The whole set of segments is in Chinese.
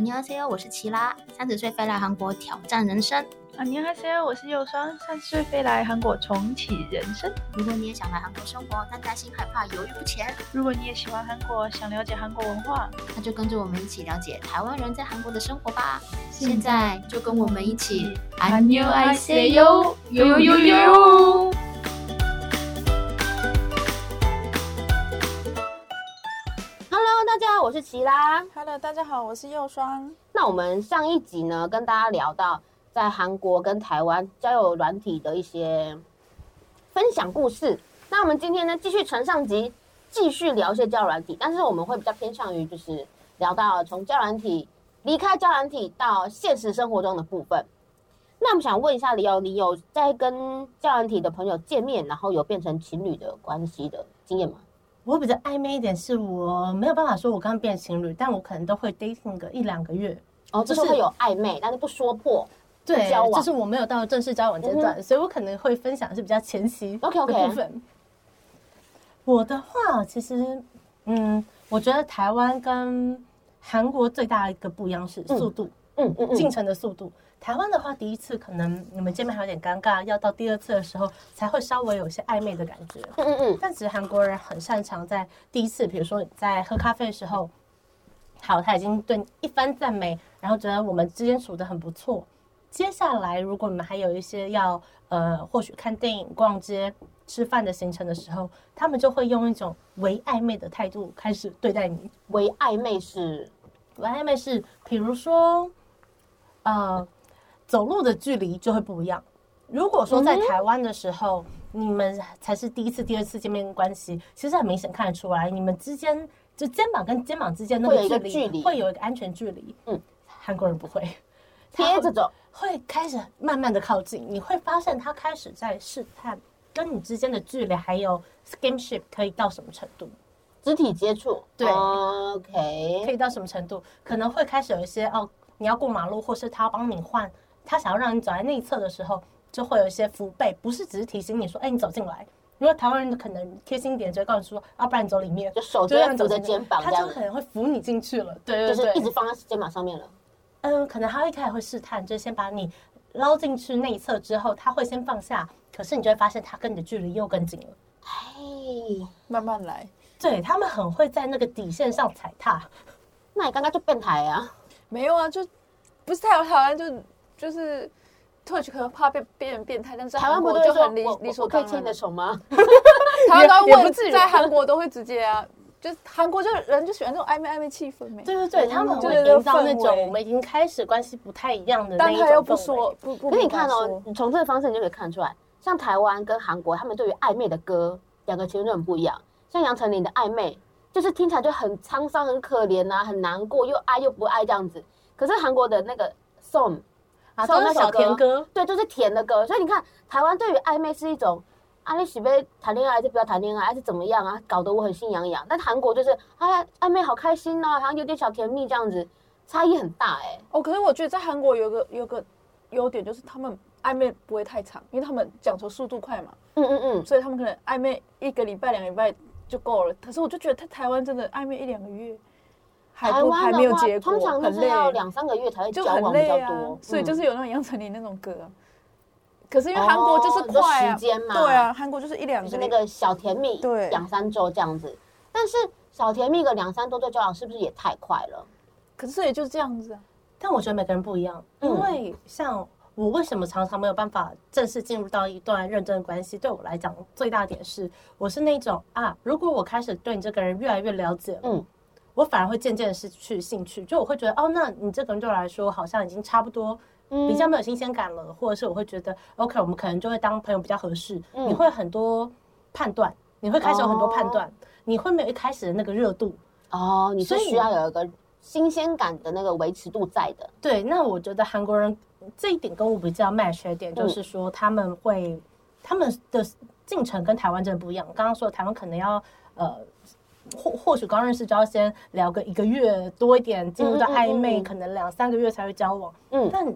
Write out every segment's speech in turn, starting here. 你好，C O，我是奇拉，三十岁飞来韩国挑战人生。啊，你好，C O，我是佑双，三十岁飞来韩国重启人生。如果你也想来韩国生活，但担心害怕、犹豫不前，如果你也喜欢韩国，想了解韩国文化，那就跟着我们一起了解台湾人在韩国的生活吧。现在就跟我们一起， 안녕하세 哟 요 哟 요 哟 요 哟 요 。 Hello，大家好，我是齐拉。 Hello，大家好，我是佑双。那我们上一集呢，跟大家聊到在韩国跟台湾交友软体的一些分享故事。那我们今天呢，继续承上集，继续聊一些交友软体，但是我们会比较偏向于就是聊到从交友软体离开交友软体到现实生活中的部分。那我们想问一下李友，你有在跟交友软体的朋友见面，然后有变成情侣的关系的经验吗？我比较暧昧一点，是我没有办法说我刚变情侣，但我可能都会 dating 个一两个月。哦，就是就是会有暧昧，但是不说破。对交往，嗯就是我没有到正式交往阶段，所以我可能会分享是比较前期的 OK，OK 部分。我的话，其实，嗯，我觉得台湾跟韩国最大的一个不一样是速度，嗯嗯嗯，进程的速度。台湾的话，第一次可能你们见面还有点尴尬，要到第二次的时候才会稍微有一些暧昧的感觉。嗯嗯嗯。但其实韩国人很擅长在第一次，比如说你在喝咖啡的时候，好，他已经对你一番赞美，然后觉得我们之间处得很不错。接下来，如果你们还有一些要呃，或许看电影、逛街、吃饭的行程的时候，他们就会用一种为暧昧的态度开始对待你。为暧昧是为暧昧是，比如说，呃，走路的距离就会不一样。如果说在嗯台湾的时候，你们才是第一次、第二次见面关系，其实很明显看得出来，你们之间就肩膀跟肩膀之间那会有一个个距离距离会有一个安全距离。嗯嗯，韩国人不会，贴着走，会开始慢慢的靠近，你会发现他开始在试探跟你之间的距离，还有 skinship 可以到什么程度。肢体接触。对可，OK，以到什么程度？可能会开始有一些哦，你要过马路，或是他要帮你换，他想要让你走在内侧的时候，就会有一些扶背，不是只是提醒你说，哎，你走进来。如果台湾人可能贴心一点，就会告诉你说，啊，不然你走里面，就手就就让会你扶走着进去肩膀这他就样可，能会扶你进去了。对就对是对，一直放在肩膀上面了。嗯，可能他一开始会试探，就先把你捞进去内侧之后，他会先放下，可是你就会发现他跟你的距离又更近了。哎，慢慢来，对他们很会在那个底线上踩踏。那你刚刚就变态啊？没有啊，就不是台湾，台湾就就是土耳其可能怕被被人变态，但是台湾韩不国都会就说很理我理我所我可以当牵然你的了。手吗？台湾都也要不问至于，在韩国都会直接啊，就韩国就人就喜欢这种暧昧暧昧气氛没。对对对，他们就会是那个营造那氛种围我们已经开始关系不太一样的那但一种他又不氛围说，，不不可是你明白看哦说，你从这个方式你就可以看出来，像台湾跟韩国，他们对于暧昧的歌，两个情侣就很不一样。像杨丞琳的暧昧，就是听起来就很沧桑、很可怜呐、很难过，又爱又不爱这样子。可是韩国的那个 song，啊，像都那是首小甜歌，对，就是甜的歌。所以你看，台湾对于暧昧是一种，啊，你喜不喜谈恋爱，还是不要谈恋爱，还是怎么样啊，搞得我很心痒痒。但韩国就是，哎呀，暧昧好开心哦，好像有点小甜蜜这样子，差异很大哎、哦，可是我觉得在韩国有个有个优点就是他们暧昧不会太长，因为他们讲求速度快嘛，嗯嗯嗯，所以他们可能暧昧一个礼拜两个礼拜就够了。可是我就觉得在台湾真的暧昧一两个月还台不湾还的没有话结通果，常很都是累。要两三个月才会就交很往比累较啊多，，所以就是嗯有那种杨丞琳那种歌啊。可是因为韩国就是哦你说快啊，时间嘛对啊，韩国就是一两就是个礼那个小甜蜜，对两三周这样子。但是小甜蜜个两三周就交往，是不是也太快了？可是也就是这样子啊。但我觉得每个人不一样，因嗯为像我为什么常常没有办法正式进入到一段认真的关系，对我来讲最大的点是，我是那种啊，如果我开始对你这个人越来越了解了，嗯我反而会渐渐地失去兴趣，就我会觉得哦，那你这个人对我来说好像已经差不多，比嗯较没有新鲜感了，或者是我会觉得 OK，我们可能就会当朋友比较合适，嗯你会很多判断，你会开始有很多判断，你会没有一开始的那个热度，哦，你是所以需要有一个新鲜感的那个维持度在的。对，那我觉得韩国人这一点跟我比较 match 的点，嗯就是说他们会、他们的进程跟台湾真的不一样。刚刚说台湾可能要呃，或或许刚认识就要先聊个一个月多一点，进入到嗯嗯暧昧，嗯可能两三个月才会交往。嗯但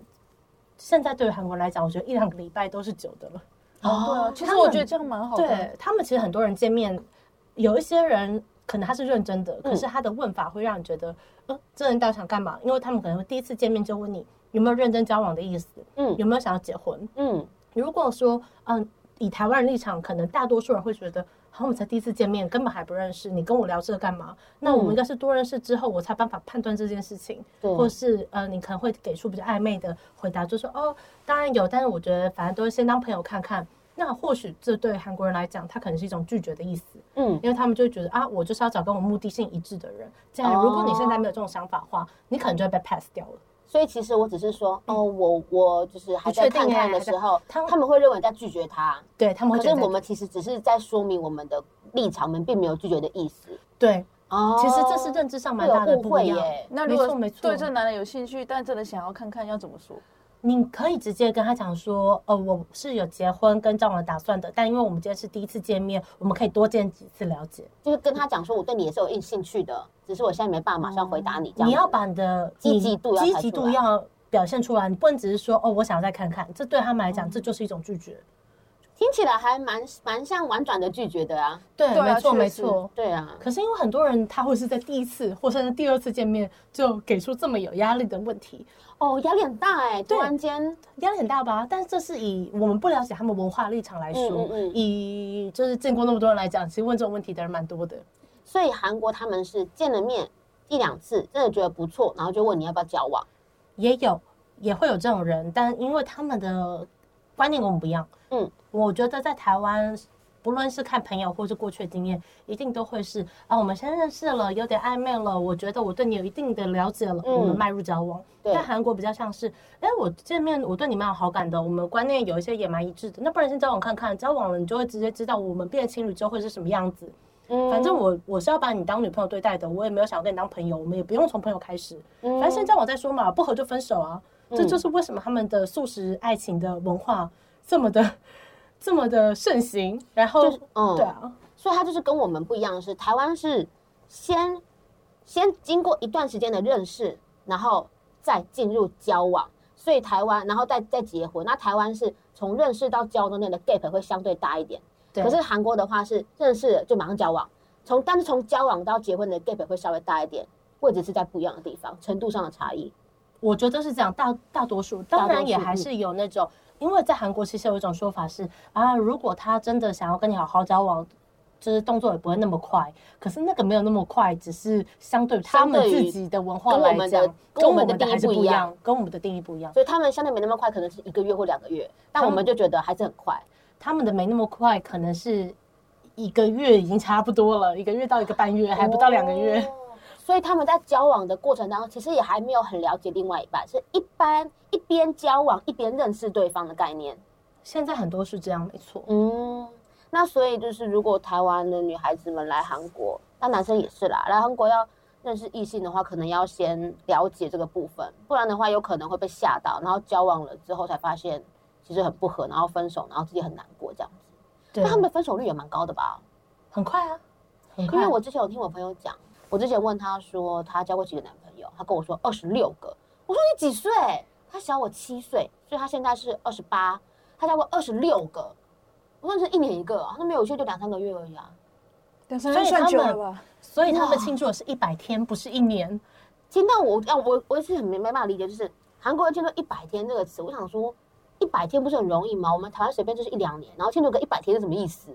现在对于韩国人来讲，我觉得一两个礼拜都是久的了。哦对啊，其他实我们觉得这样蛮好的。啊对他们，其实很多人见面，有一些人可能他是认真的，可是他的问法会让你觉得，呃，这人到底想干嘛？因为他们可能会第一次见面就问你有没有认真交往的意思，嗯有没有想要结婚，嗯，如果说，嗯，以台湾人立场，可能大多数人会觉得，好，我们才第一次见面，根本还不认识，你跟我聊这个干嘛？那我们应该是多认识之后，我才办法判断这件事情，对或是呃，你可能会给出比较暧昧的回答，就说哦，当然有，但是我觉得反正都是先当朋友看看。那或许这对韩国人来讲，他可能是一种拒绝的意思，嗯因为他们就会觉得啊，我就是要找跟我目的性一致的人。这样，如果你现在没有这种想法的话，你可能就会被 pass 掉了。所以其实我只是说，哦，我我就是还在嗯不确定看看欸的时候，他们他们会认为在拒绝他，对他们可会是觉得我们其实只是在说明我们的立场，我们并没有拒绝的意思。对，哦，其实这是认知上蛮大会的有误不会一样。耶。那没如果错没错对这男的有兴趣，但真的想要看看要怎么说？你可以直接跟他讲说，呃，我是有结婚跟交往的打算的，但因为我们今天是第一次见面，我们可以多见几次了解。就是跟他讲说，我对你也是有兴趣的，只是我现在没办法马上回答你。这样你子要把你的积极度你要积排极出度来要表现出来，你不能只是说哦，我想要再看看，这对他们来讲、嗯这就是一种拒绝。听起来还蛮蛮像婉转的拒绝的啊。对，对啊没错确没实错。对啊，可是因为很多人他会是在第一次或甚至第二次见面就给出这么有压力的问题，哦，压力很大哎、突对然间，压力很大吧？但是这是以我们不了解他们文化立场来说，嗯嗯嗯以就是见过那么多人来讲，其实问这种问题的人蛮多的。所以韩国他们是见了面一两次，真的觉得不错，然后就问你要不要交往。也有也会有这种人，但因为他们的观念跟我们不一样，嗯，我觉得在台湾，不论是看朋友或是过去的经验，一定都会是啊，我们先认识了，有点暧昧了，我觉得我对你有一定的了解了，嗯我们迈入交往。对但韩国比较像是，哎，我见面我对你蛮有好感的，我们观念有一些也蛮一致的，那不然先交往看看，交往了你就会直接知道我们变成情侣之后会是什么样子。嗯反正我我是要把你当女朋友对待的，我也没有想要跟你当朋友，我们也不用从朋友开始，嗯反正先交往再说嘛，不合就分手啊。嗯这就是为什么他们的素食爱情的文化这么的这么的盛行。然后，就是嗯对啊，所以它就是跟我们不一样的是，台湾是先先经过一段时间的认识，然后再进入交往，所以台湾然后再再结婚。那台湾是从认识到交往中间的 gap 会相对大一点，对可是韩国的话是认识了就马上交往，从但是从交往到结婚的 gap 会稍微大一点，位置是在不一样的地方，程度上的差异。我觉得是这样，大大多数，多数当嗯然也还是有那种，因为在韩国其实有一种说法是啊，如果他真的想要跟你好好交往。就是动作也不会那么快，可是那个没有那么快，只是相对于他们相对于自己的文化跟我来们的讲，跟我们的定义还是不一不一样样，跟我们的定义不一样。所以他们相对没那么快，可能是一个月或两个月，但我们就觉得还是很快。他们的没那么快，可能是一个月已经差不多了，一个月到一个半月，还不到两个月。哦所以他们在交往的过程当中，其实也还没有很了解另外一半，是一般一边交往一边认识对方的概念。现在很多是这样，没错。嗯，那所以就是，如果台湾的女孩子们来韩国，那男生也是啦，来韩国要认识异性的话，可能要先了解这个部分，不然的话有可能会被吓到，然后交往了之后才发现其实很不合，然后分手，然后自己很难过这样子。对那他们的分手率也蛮高的吧？很快啊，很因快。为我之前有听我朋友讲，我之前问他说他交过几个男朋友，他跟我说二十六个。我说你几岁？他小我七岁，所以他现在是二十八，他交过二十六个。我说你是一年一个、啊，他没有一些就两三个月而已啊。两三所年以算他久了们吧？所以他们哇庆祝的是一百天，不是一年。听到我啊，我我也是很没没办法理解，就是韩国人听到“一百天”这个词，我想说一百天不是很容易吗？我们台湾随便就是一两年，然后庆祝个一百天是什么意思？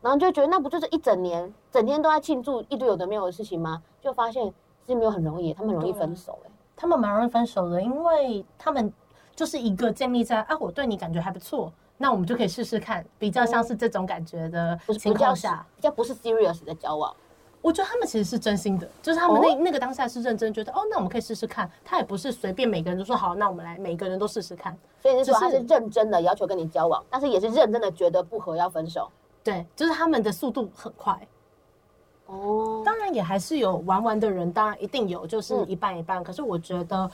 然后就觉得那不就是一整年，整天都在庆祝一堆有的没有的事情吗？就发现其实没有很容易，他们很容易对啊分手、欸。他们蛮容易分手的，因为他们就是一个建立在啊，我对你感觉还不错，那我们就可以试试看，比较像是这种感觉的不是情比较况是下。比较不是 serious 的交往，我觉得他们其实是真心的，就是他们那、哦那个当下是认真，觉得哦，那我们可以试试看。他也不是随便每个人都说好，那我们来每个人都试试看。所以是说只他是是认真的要求跟你交往，但是也是认真的觉得不合要分手。对，就是他们的速度很快。哦，嗯当然也还是有玩玩的人，当然一定有，就是一半一半。可是我觉得，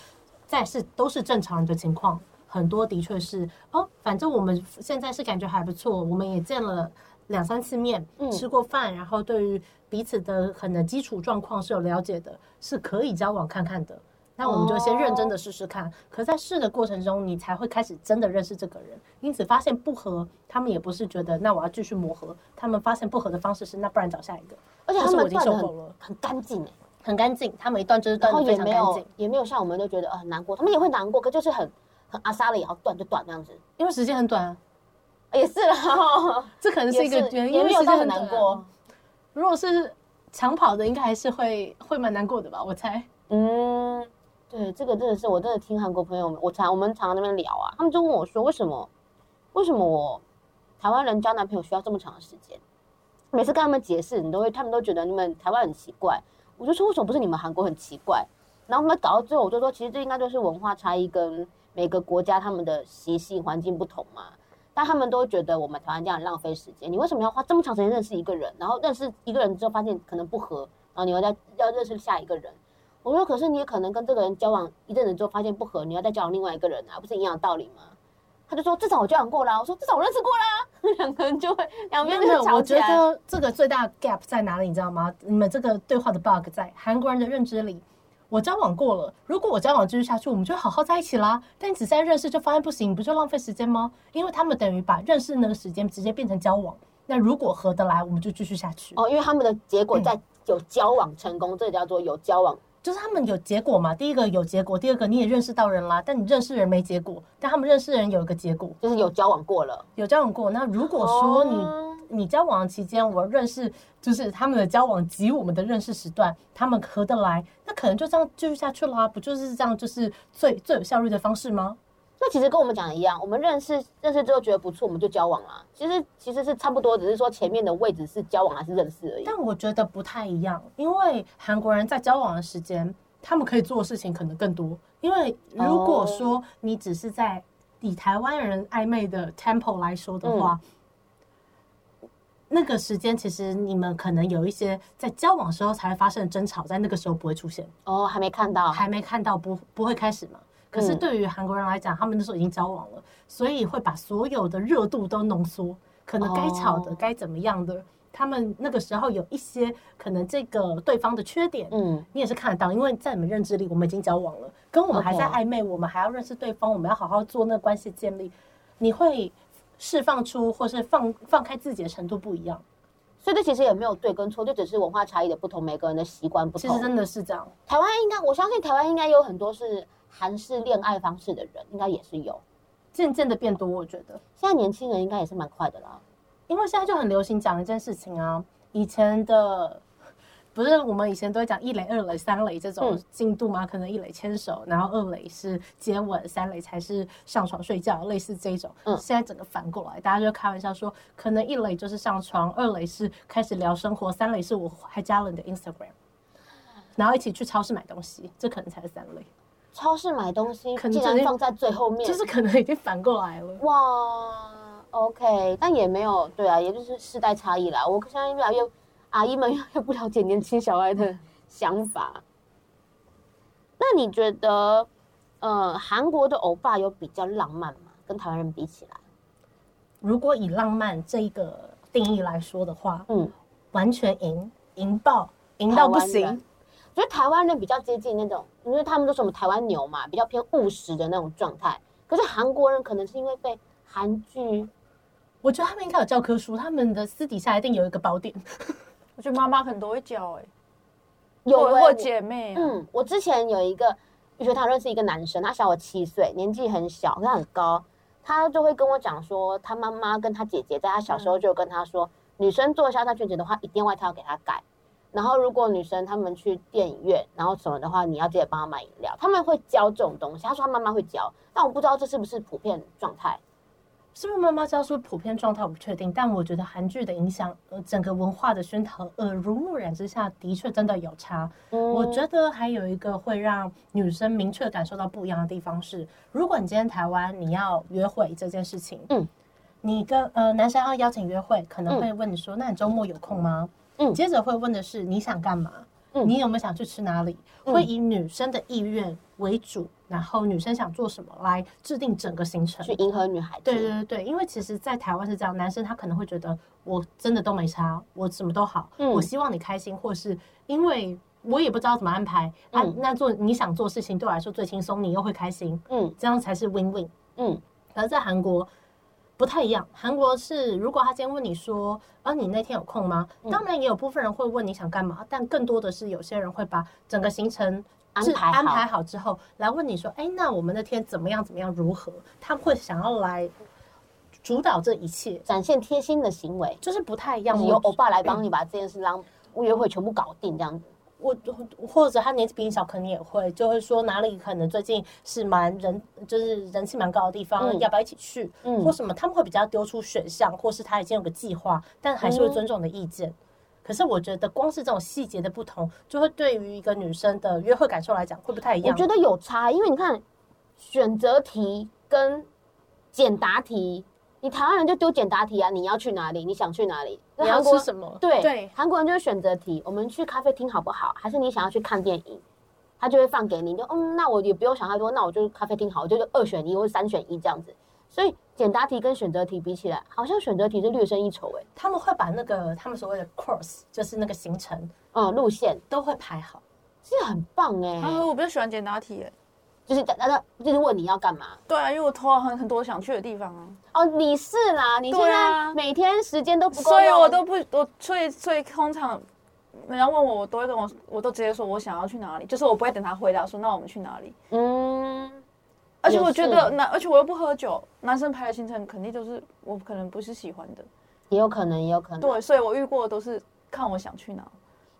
在是都是正常人的情况，很多的确是哦，反正我们现在是感觉还不错，我们也见了两三次面，嗯吃过饭，然后对于彼此的可能基础状况是有了解的，是可以交往看看的。那我们就先认真的试试看。可在试的过程中，你才会开始真的认识这个人。因此发现不合，他们也不是觉得那我要继续磨合，他们发现不合的方式是那不然找下一个。而且但他是我们已经断受的够很了，很干净哎，很干净，他每一段就是然断后的也非常没干有净，也没有像我们就觉得呃很难过，他们也会难过，可就是很很阿莎了也要断就断这样子，因为时间很短啊，也是啦， 这可能是一个也是原因，也因没为有时间到很很难短啊过。，如果是长跑的，应该还是会会蛮难过的吧，我猜。嗯，对，这个真的是我真的听韩国朋友们，我常我们常常那边聊啊，他们就问我说为什么为什么我台湾人交男朋友需要这么长的时间？每次跟他们解释，你都会他们都觉得你们台湾很奇怪，我就说为什么不是你们韩国很奇怪？然后我们搞到最后，我就说其实这应该就是文化差异跟每个国家他们的习性环境不同嘛。但他们都觉得我们台湾这样很浪费时间，你为什么要花这么长时间认识一个人？然后认识一个人之后发现可能不合，然后你又再要认识下一个人。我说，可是你也可能跟这个人交往一阵子之后发现不合，你要再交往另外一个人啊，不是一样的道理吗？他就说至少我交往过啦，我说至少我认识过啦， 两个人就会两边就没有会没吵有我起觉来。得这个最大的 gap 在哪里，你知道吗？你们这个对话的 bug 在韩国人的认知里。我交往过了，如果我交往继续下去，我们就会好好在一起啦。但你只是在认识就发现不行，你不就浪费时间吗？因为他们等于把认识那个时间直接变成交往。那如果合得来，我们就继续下去。哦，因为他们的结嗯果在有交往成功，这叫做有交往。就是他们有结果嘛，第一个有结果，第二个你也认识到人啦。但你认识人没结果，但他们认识人有一个结果，就是有交往过了，有交往过。那如果说你、哦你交往期间，我认识就是他们的交往及我们的认识时段，他们合得来，那可能就这样继续下去啦。不就是这样，就是最最有效率的方式吗？那其实跟我们讲的一样，我们认识认识之后觉得不错，我们就交往啦。其实其实是差不多，只是说前面的位置是交往还是认识而已。但我觉得不太一样，因为韩国人在交往的时间，他们可以做的事情可能更多。因为如哦果说你只是在以台湾人暧昧的 tempo 来说的话，嗯那个时间其实你们可能有一些在交往时候才会发生的争吵，在那个时候不会出现，哦，还没看到，还没看到不不会开始嘛。可是嗯对于韩国人来讲，他们那时候已经交往了，所以会把所有的热度都浓缩，可能该吵的、哦该怎么样的，他们那个时候有一些可能这个对方的缺点，嗯，你也是看得到，因为在你们认知里，我们已经交往了，跟我们还在 OK 暧昧，我们还要认识对方，我们要好好做那个关系建立，你会释放出或是放放开自己的程度不一样，所以这其实也没有对跟错，就只是文化差异的不同，每个人的习惯不其同实。真的是这样。台湾应该，我相信台湾应该有很多是韩式恋爱方式的人，应该也是有。渐渐的变多，我觉得，现在年轻人应该也是蛮快的啦。因为现在就很流行讲一件事情啊，以前的不是我们以前都会讲一垒、二垒、三垒这种嗯进度嘛，可能一垒牵手，然后二垒是接吻，三垒才是上床睡觉，类似这种。嗯现在整个反过来，大家就开玩笑说，可能一垒就是上床，二垒是开始聊生活，三垒是我还加了你的 Instagram。然啊后一起去超市买东西，这可能才是三类，超市买东西可能竟就然是放在最后面，就是可能已经反过来了。哇，OK，但也没有对啊，也就是世代差异啦。我现在越来越阿姨们越来越不了解年轻小孩的想法。 那你觉得，呃，韩国的欧巴有比较浪漫吗？跟台湾人比起来，如果以浪漫这一个定义来说的话，嗯，完全赢，赢爆，赢到不台湾行人。觉得台湾人比较接近那种，因为他们都是我们台湾牛嘛，比较偏务实的那种状态。可是韩国人可能是因为被韩剧我觉得他们应该有教科书，他们的私底下一定有一个宝典。我觉得妈妈可能都会教哎、有或欸或姐妹、啊，嗯，我之前有一个学堂认识一个男生，他小我七岁，年纪很小，可是很高。他就会跟我讲说，他妈妈跟他姐姐在他小时候嗯就有跟他说，女生做校大裙子的话，一定外套要给她改。然后如果女生她们去电影院，然后什么的话，你要记得帮她买饮料。他们会教这种东西，他说他妈妈会教，但我不知道这是不是普遍状态。是不是妈妈教书普遍状态我不确定，但我觉得韩剧的影响，呃，整个文化的熏陶，耳濡目染之下，的确真的有差。嗯我哦觉得还有一个会让女生明确感受到不一样的地方是，如果你今天台湾你要约会这件事情，嗯，你跟呃男生要邀请约会，可嗯能会问你说，那你周末有空吗？嗯接着会问的是你想干嘛？嗯你有没有想去吃哪里？会以女生的意愿为主，然后女生想做什么来制定整个行程去。迎合女孩子，对对对对，因为其实，在台湾是这样，男生他可能会觉得我真的都没差，我什么都好，嗯我希望你开心，或是因为我也不知道怎么安排，啊嗯，那做你想做事情对我来说最轻松，你又会开心，嗯这样才是 win win。嗯可是，在韩国，不太一样。韩国是，如果他今天问你说，啊，你那天有空吗？嗯当然也有部分人会问你想干嘛，但更多的是有些人会把整个行程安是排安排好，好之后来问你说，哎，那我们那天怎么样怎么样如何？他们会想要来主导这一切，展现贴心的行为，就是不太一就样。是我由欧巴来帮你把这件事让约会全部搞定这样子。我或者他年纪比你小，可能也会就会说哪里可能最近是蛮人，就是人气蛮高的地方，嗯要不要一起去，嗯或什么，他们会比较丢出选项，或是他已经有个计划，但还是会尊重你的意见。可是我觉得光是这种细节的不同，就会对于一个女生的约会感受来讲会不太一我样。觉得有差，欸因为你看选择题跟简答题，你台湾人就丢简答题啊，你要去哪里，你想去哪里？你要吃什么？对对韩国人就是选择题，我们去咖啡厅好不好？还是你想要去看电影？他就会放给你，就嗯，那我也不用想太多，那我就咖啡厅好，我就是二选一或者三选一这样子。所以简答题跟选择题比起来，好像选择题是略胜一筹哎、他们会把那个他们所谓的 course，就是那个行程嗯，路线都会排好。其实很棒哎、啊，我比较喜欢简答题耶。就是大家就是问你要干嘛欸对啊，因为我头脑很很多想去的地方啊，哦，你是啦，你现对在啊每天时间都不够用，所以我都不我所以所以通常人家问我，我都会跟我我都直接说我想要去哪里，就是我不会等他回答说那我们去哪里。嗯，而且我也觉是得男，而且我又不喝酒，男生排的行程肯定都是我可能不是喜欢的，也有可能，也有可能。对，所以我遇过的都是看我想去哪。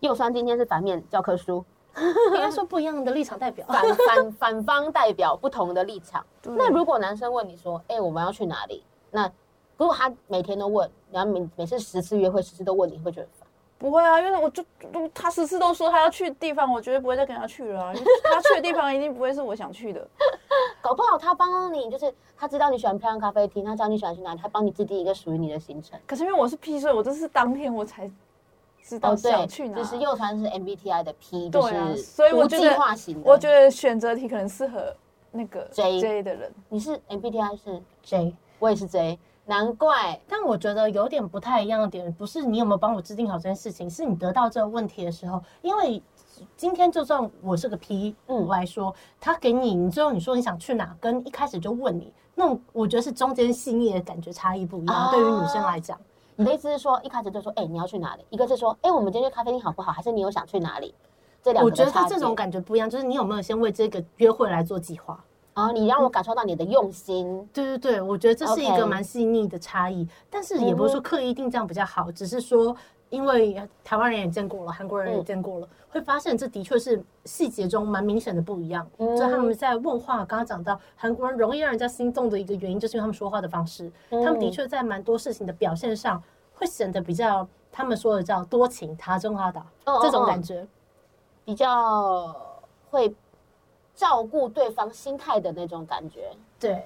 右酸今天是反面教科书， 应该说不一样的立场代 表。 反反反方代表不同的立场。对那如果男生问你说：“哎、我们要去哪里？”那如果他每天都问，然后每每次十次约会，十次都问你，会觉得很烦。不会啊，因为我就就他十次都说他要去的地方，我绝对不会再跟他 去了、啊，因为他去的地方一定不会是我想去的。搞不好他帮你，就是他知道你喜欢漂亮咖啡厅，他知道你喜欢去哪里，他帮你制定一个属于你的行程。可是因为我是 P，所以我这是当天我才知道哦，想去对，哪。就是右川是 MBTI 的 P，就对啊，是所以我无觉计得划型的。我觉得选择题可能适合那个 J J 的人。你是 MBTI 是， J，我也是 J，难怪但我觉得有点不太一样的点，不是你有没有帮我制定好这件事情，是你得到这个问题的时候，因为今天就算我是个 P，嗯嗯，来说，他给你，你最后你说你想去哪，跟一开始就问你，那种我觉得是中间细腻的感觉差异不一样，啊对于女生来讲，你的意思是说，一开始就说，哎、你要去哪里？一个是说，哎、我们今天去咖啡厅好不好？还是你有想去哪里？这两我个觉的得差他别这种感觉不一样，就是你有没有先为这个约会来做计划？哦，你让我感受到你的用心。对对对，我觉得这是一 OK 嗯个蛮细腻的差异，但是也不是说刻意一定这样比较好，只是说因为台湾人也见过了，韩国人也嗯见过了，会发现这的确是细节中蛮明显的不一样。嗯就他们在问话，刚刚讲到韩国人容易让人家心动的一个原因，就是因为他们说话的方式，他们嗯的确在蛮多事情的表现上会显得比较。他们说的叫多情他中他岛哦这种哦感觉，比较会照顾对方心态的那种感觉。对，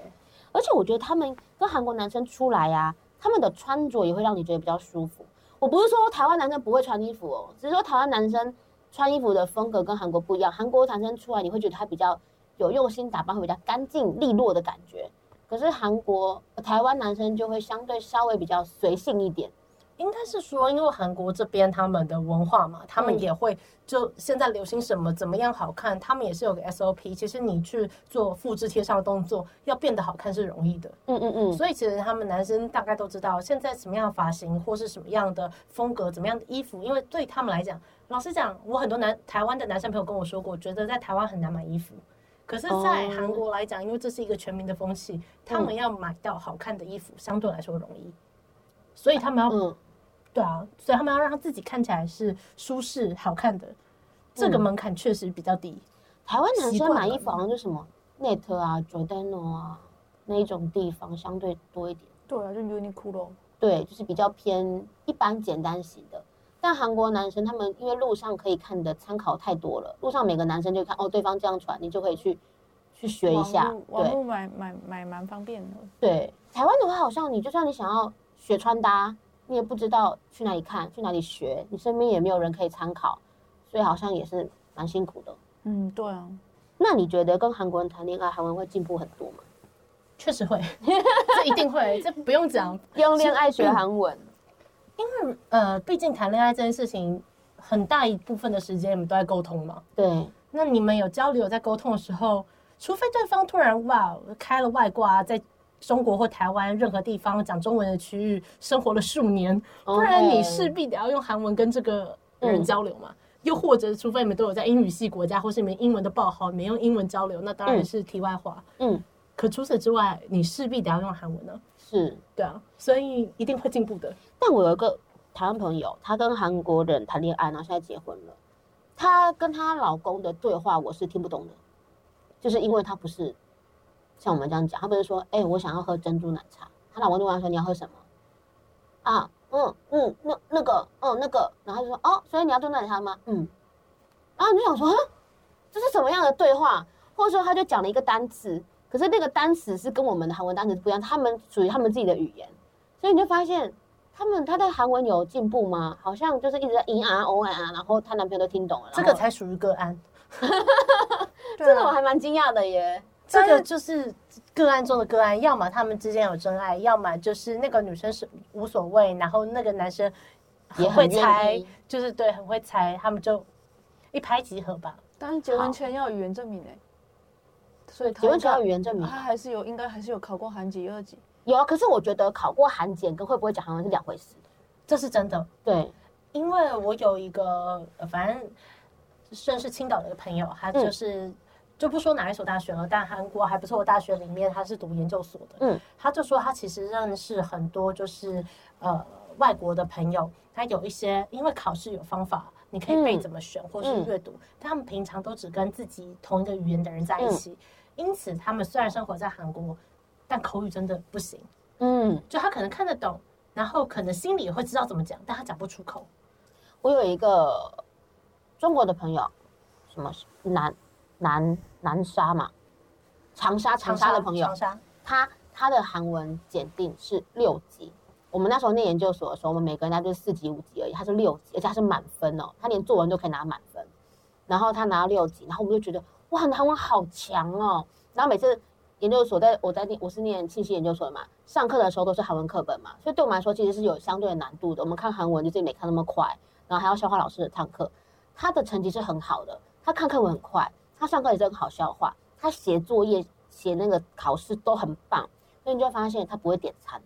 而且我觉得他们跟韩国男生出来呀、他们的穿着也会让你觉得比较舒服。我不是说台湾男生不会穿衣服哦，只是说台湾男生穿衣服的风格跟韩国不一样。韩国男生出来你会觉得他比较有用心打扮，会比较干净利落的感觉。可是韩国、呃台湾男生就会相对稍微比较随性一点。应该是说，因为韩国这边他们的文化嘛，他们嗯也会就现在流行什么怎么样好看，他们也是有个 SOP。其实你去做复制贴上的动作，要变得好看是容易的。嗯嗯嗯，所以其实他们男生大概都知道现在什么样的发型或是什么样的风格、怎么样的衣服，因为对他们来讲，老实讲，我很多男台湾的男生朋友跟我说过，觉得在台湾很难买衣服。可是，在哦嗯韩国来讲，因为这是一个全民的风气，他们要买到好看的衣服，相对来说容易，所以他们要嗯，对啊，所以他们要让自己看起来是舒适好看的，这个门槛确实比较低。台湾男习生惯买了衣服好像就什么 Net 啊、Giordano 啊那一种地方相对多一点。对啊，就 Uniqlo。对，就是比较偏一般简单型的。但韩国男生他们因为路上可以看的参考太多了，路上每个男生就看哦，对方这样穿，你就可以去去学一网下络。网对络买买买蛮方便的。对，台湾的话好像你就算你想要学穿搭，你也不知道去哪里看，去哪里学，你身边也没有人可以参考，所以好像也是蛮辛苦的。嗯，对啊，那你觉得跟韩国人谈恋爱，韩文会进步很多吗？确实会， 这一定会，这不用讲。用恋爱学韩文，呃，毕竟谈恋爱这件事情，很大一部分的时间你们都在沟通嘛。对，那你们有交流、有在沟通的时候，除非对方突然哇开了外挂，在中国或台湾任何地方讲中文的区域生活了数年，不然你势必得要用韩文跟这个人交流嘛。又或者，除非你们都有在英语系国家，或是你们英文的报好，你们用英文交流，那当然嗯是题外话。嗯可除此之外，你势必得要用韩文呢、是。对啊，所以一定会进步的。但我有一个台湾朋友，她跟韩国人谈恋爱，然后现在结婚了。她跟她老公的对话我是听不懂的，就是因为她不是像我们这样讲，她不是说，哎、我想要喝珍珠奶茶，她老公就问她说你要喝什么？啊，嗯嗯，那那个，嗯那个，然后她就说，哦，所以你要珍珠奶茶吗？嗯，然后你就想说，哼这是什么样的对话？或者说，她就讲了一个单词，可是那个单词是跟我们的韩文单词不一样，他们属于他们自己的语言，所以你就发现他们他在韩文有进步吗？好像就是一直在咿啊哦啊啊，然后她男朋友都听懂了。这然个后才属于个案，对这啊个我还蛮惊讶的耶。这个就是个案中的个案，要么他们之间有真爱，要么就是那个女生是无所谓，然后那个男生也会很愿猜意，就是对，很会猜，他们就一拍即合吧。但是结婚前要有语言证明哎、所以他结婚应前要该语言证明他还是有应该还是有考过韩籍二级，有啊，可是我觉得考过韩检跟会不会讲韩文是两回事。这是真的，对，因为我有一个，呃反正认识青岛的一个朋友，他嗯就是、就不说哪一所大学了，但韩国还不错的大学里面，他是读研究所的。嗯，他就说他其实认识很多就是呃外国的朋友，他有一些因为考试有方法，你可以背嗯怎么选或是阅读，但他们平常都只跟自己同一个语言的人在嗯一起，因此他们虽然生活在韩国，但口语真的不行，嗯，就他可能看得懂。然后可能心里也会知道怎么讲，但他讲不出口。我有一个中国的朋友，什么南南南沙嘛，长沙长沙的朋友长，沙他他的韩文检定是六级。我们那时候念研究所的时候，我们每个人大概就是四级、五级而已，他是六级，而且他是满分哦，他连作文都可以拿满分。然后他拿到六级，然后我们就觉得哇，你韩文好强哦。然后每次研究所在我在念我是念信息研究所的嘛，上课的时候都是韩文课本嘛，所以对我们来说其实是有相对的难度的。我们看韩文就是没看那么快，然后还要消化老师的上课。他的成绩是很好的，他看课文很快，他上课也是很好消化，他写作业、写那个考试都很棒，所以你就会发现他不会点餐，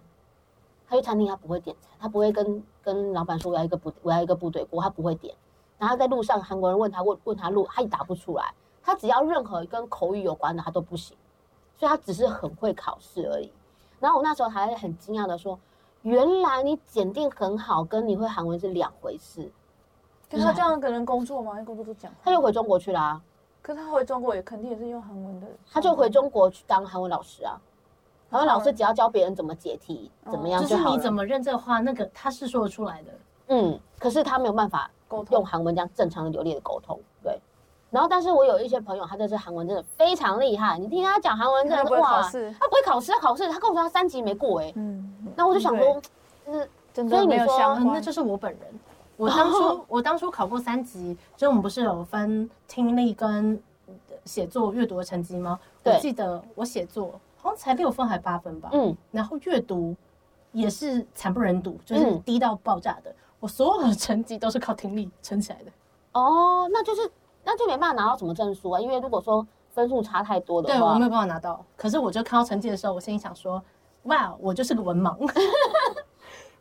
他去餐厅他不会点餐，他不会跟跟老板说我要一个部我要一个部队锅，他不会点。然后在路上韩国人问他问问他路，他也答不出来，他只要任何跟口语有关的他都不行，所以他只是很会考试而已。然后我那时候还很惊讶的说，原来你检定很好跟你会韩文是两回事。可是他这样可能工作吗？工作都讲，他就回中国去啦、可是他回中国也肯定也是用韩文的，他就回中国去当韩文老师啊。韩文老哦师只要教别人怎么解题，怎么样就是好你了。怎么认这话，那个他是说得出来的。嗯，可是他没有办法沟通用韩文这样正常的流利的沟通，对。然后，但是我有一些朋友，他真的是韩文真的非常厉害，你听他讲韩文真他的不是会考哇，试，他不会考试，他考试他跟我说他三级没过哎、欸，嗯，那我就想说，就是真所以的你没有说相嗯，那关，就是我本人。哦我当 初我当初考过三级，就是我们不是有分听力跟写作、阅读的成绩吗？我对记得我写作好像才六分还八分吧，嗯，然后阅读也是惨不忍睹，就是嗯低到爆炸的。我所有的成绩都是靠听力撑起来的。哦，那就是那就没办法拿到什么证书啊，因为如果说分数差太多的对我话没，有办法拿到，可是我就看到成绩的时候，我心里想说，哇，我就是个文盲。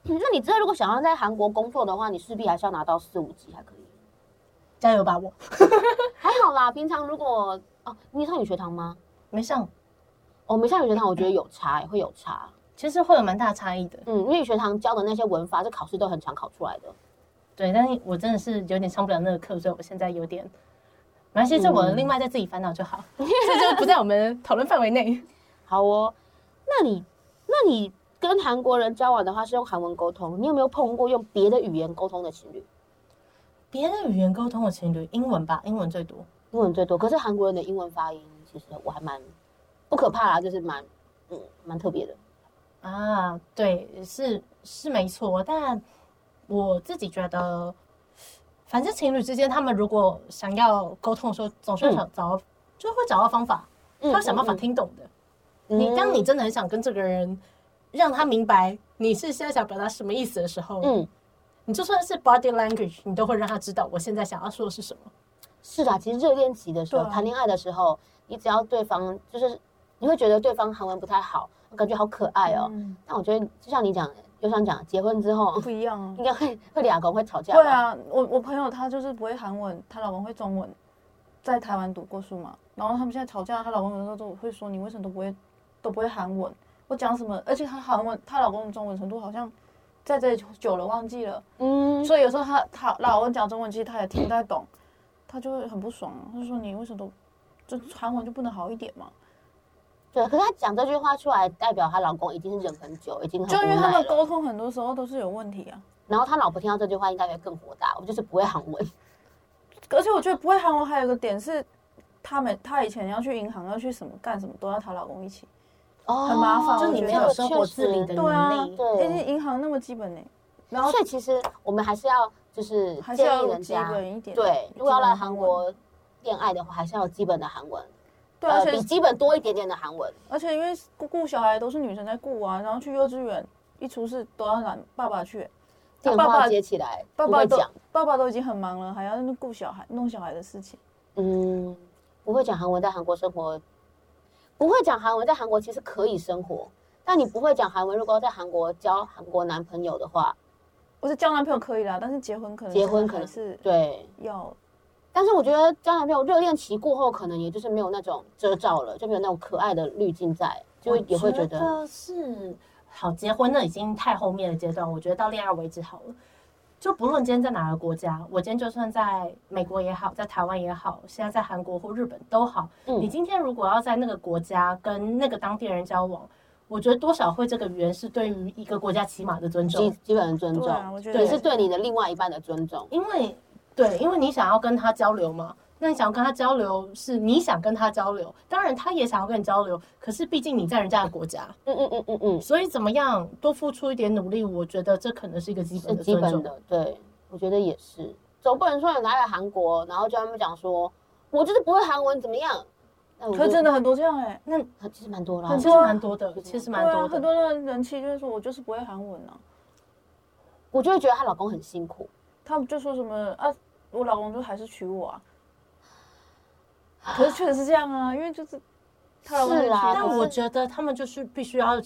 嗯那你知道如果想要在韩国工作的话，你势必还是要拿到四五级才可以。加油吧，我还好啦，平常如果哦，你上语学堂吗？没上，我、哦、没上语学堂，我觉得有差、欸，会有差。其实会有蛮大差异的。嗯，因为语学堂教的那些文法是考试都很常考出来的。对，但是我真的是有点上不了那个课，所以我现在有点，没关系，这我另外再自己烦恼就好，嗯 这就不在我们讨论范围内。好哦，那你那你跟韩国人交往的话是用韩文沟通，你有没有碰过用别的语言沟通的情侣？ 别的语言沟通的情侣，英文吧，英文最多。英文最多，可是韩国人的英文发音其实我还蛮不可怕啦，就是蛮嗯蛮特别的。啊，对，是是没错，但我自己觉得，反正情侣之间，他们如果想要沟通的时候，总是会找找到、就会找到方法，他会想办法听懂的。嗯你当你真的很想跟这个人，让他明白你是现在想表达什么意思的时候，嗯你就算是 body language，你都会让他知道我现在想要说的是什么。是啊，其实热恋期的时候，对啊谈恋爱的时候，你只要对方就是你会觉得对方韩文不太好，感觉好可爱哦。嗯但我觉得就像你讲，就像讲结婚之后不一样啊应。该会会俩公会吵架吧？对啊，我我朋友她就是不会韩文，她老公会中文，在台湾读过书嘛，然后他们现在吵架，她老公有时候都会说你为什么都不会都不会韩文，我讲什么，而且她韩文她老公的中文程度好像在这里久了忘记了，嗯，所以有时候她她老公讲中文，其实她也听不太懂，她就会很不爽，她就说你为什么都。就韩文就不能好一点嘛？对。可是她讲这句话出来，代表她老公已经是忍很久，已经很就因无为他奈们了沟通很多时候都是有问题啊，然后她老婆听到这句话，应该会更火大。我就是不会韩文，而且我觉得不会韩文还有一个点是，他们她以前要去银行要去什么干什么都要她老公一起，哦很麻烦就你没有生活自理的对啊能力，而对。且银行那么基本呢、然后所以其实我们还是要就是还是建议要有人基家，本一点。对，如果要基本来的韩文，国恋爱的话，还是要有基本的韩文，对，啊而呃，比且基本多一点点的韩文。而且因为顾顾小孩都是女生在顾啊，然后去幼稚园一出事都要让爸爸去，电爸话爸接起来爸不爸会都讲，爸爸都已经很忙了，还要顾小孩弄小孩的事情。嗯，不会讲韩文，在韩国生活，不会讲韩文，在韩国其实可以生活，但你不会讲韩文，如果要在韩国交韩国男朋友的话，我是交男朋友可以啦，但是结婚可能结婚是可能还是对。要但是我觉得交男朋友热恋期过后，可能也就是没有那种遮罩了，就没有那种可爱的滤镜在，就我会也会觉得是好结婚，那已经太后面的阶段，我觉得到恋爱为止好了。就不论今天在哪个国家，我今天就算在美国也好，在台湾也好，现在在韩国或日本都好，嗯你今天如果要在那个国家跟那个当地人交往，我觉得多少会这个语言是对于一个国家起码的尊基重，基本的尊对啊，重，我觉得也是对你的另外一半的尊重。因为对，因为你想要跟他交流嘛。那你想要跟他交流，是你想跟他交流，当然他也想要跟你交流，可是毕竟你在人家的国家，嗯嗯嗯嗯嗯，所以怎么样，多付出一点努力，我觉得这可能是一个基是本的基尊本重。的，对，我觉得也是。总不能说你来了韩国，然后就跟他们讲说，我就是不会韩文，怎么样？那我可是就真的很多这样哎、欸，那很其实蛮多啦，很其实多啊蛮多的，其实蛮对啊，多很的。多的人气就是说我就是不会韩文啊，我就会觉得她老公很辛苦。他们就说什么啊，我老公就还是娶我啊。可是确实是这样啊，因为就是他老公是啦娶但但我我觉得他们就是必须要，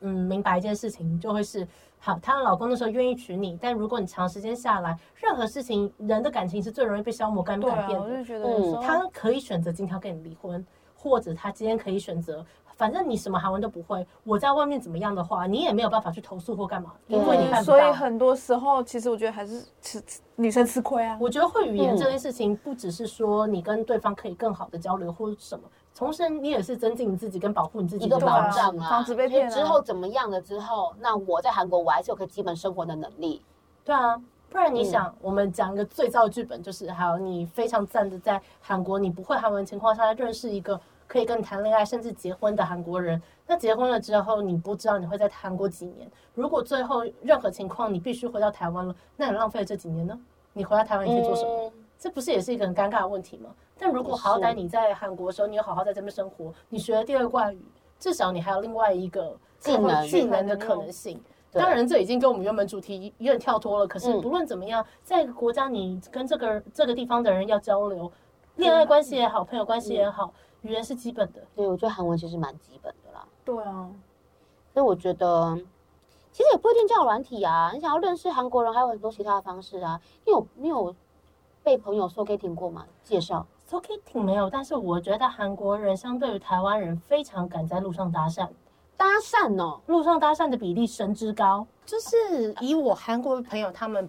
嗯，明白一件事情，就会是好，她的老公那时候愿意娶你，但如果你长时间下来，任何事情，人的感情是最容易被消磨、改对改啊，变嗯我的。就觉得有时候他可以选择今天要跟你离婚，或者他今天可以选择，反正你什么韩文都不会，我在外面怎么样的话，你也没有办法去投诉或干嘛，因为你对办不所以到。很多时候其实我觉得还是吃吃女生吃亏啊。我觉得会语言这件事情，不只是说你跟对方可以更好的交流或者什么，同时你也是增进你自己跟保护你自己一个的保能力对啊障啊，防止被骗啊之后怎么样了之后，那我在韩国我还是有个基本生活的能力。对啊，不然你想，我们讲一个最糟的剧本，就是好，你非常赞的在韩国，你不会韩文情况下认识一个可以跟你谈恋爱甚至结婚的韩国人。那结婚了之后，你不知道你会在韩国几年。如果最后任何情况你必须回到台湾了，那你浪费了这几年呢？你回到台湾你可以做什么？嗯？这不是也是一个很尴尬的问题吗？但如果也是好歹你在韩国的时候，你有好好在这边生活，你学了第二外语，至少你还有另外一个技能技能的可能性。对当然，这已经跟我们原本主题有点跳脱了。可是嗯不论怎么样，在一个国家，你跟这个这个地方的人要交流，恋爱关嗯系也好，朋友关系也好，语言是基本的。对，我觉得韩文其实蛮基本的啦。对啊，所以我觉得，其实也不一定叫软体啊，你想要认识韩国人，还有很多其他的方式啊。你有你有被朋友 so getting 过吗？介绍 So Kitty 没有，但是我觉得韩国人相对于台湾人非常敢在路上搭讪。搭讪哦，路上搭讪的比例神之高。就是以我韩国朋友他们，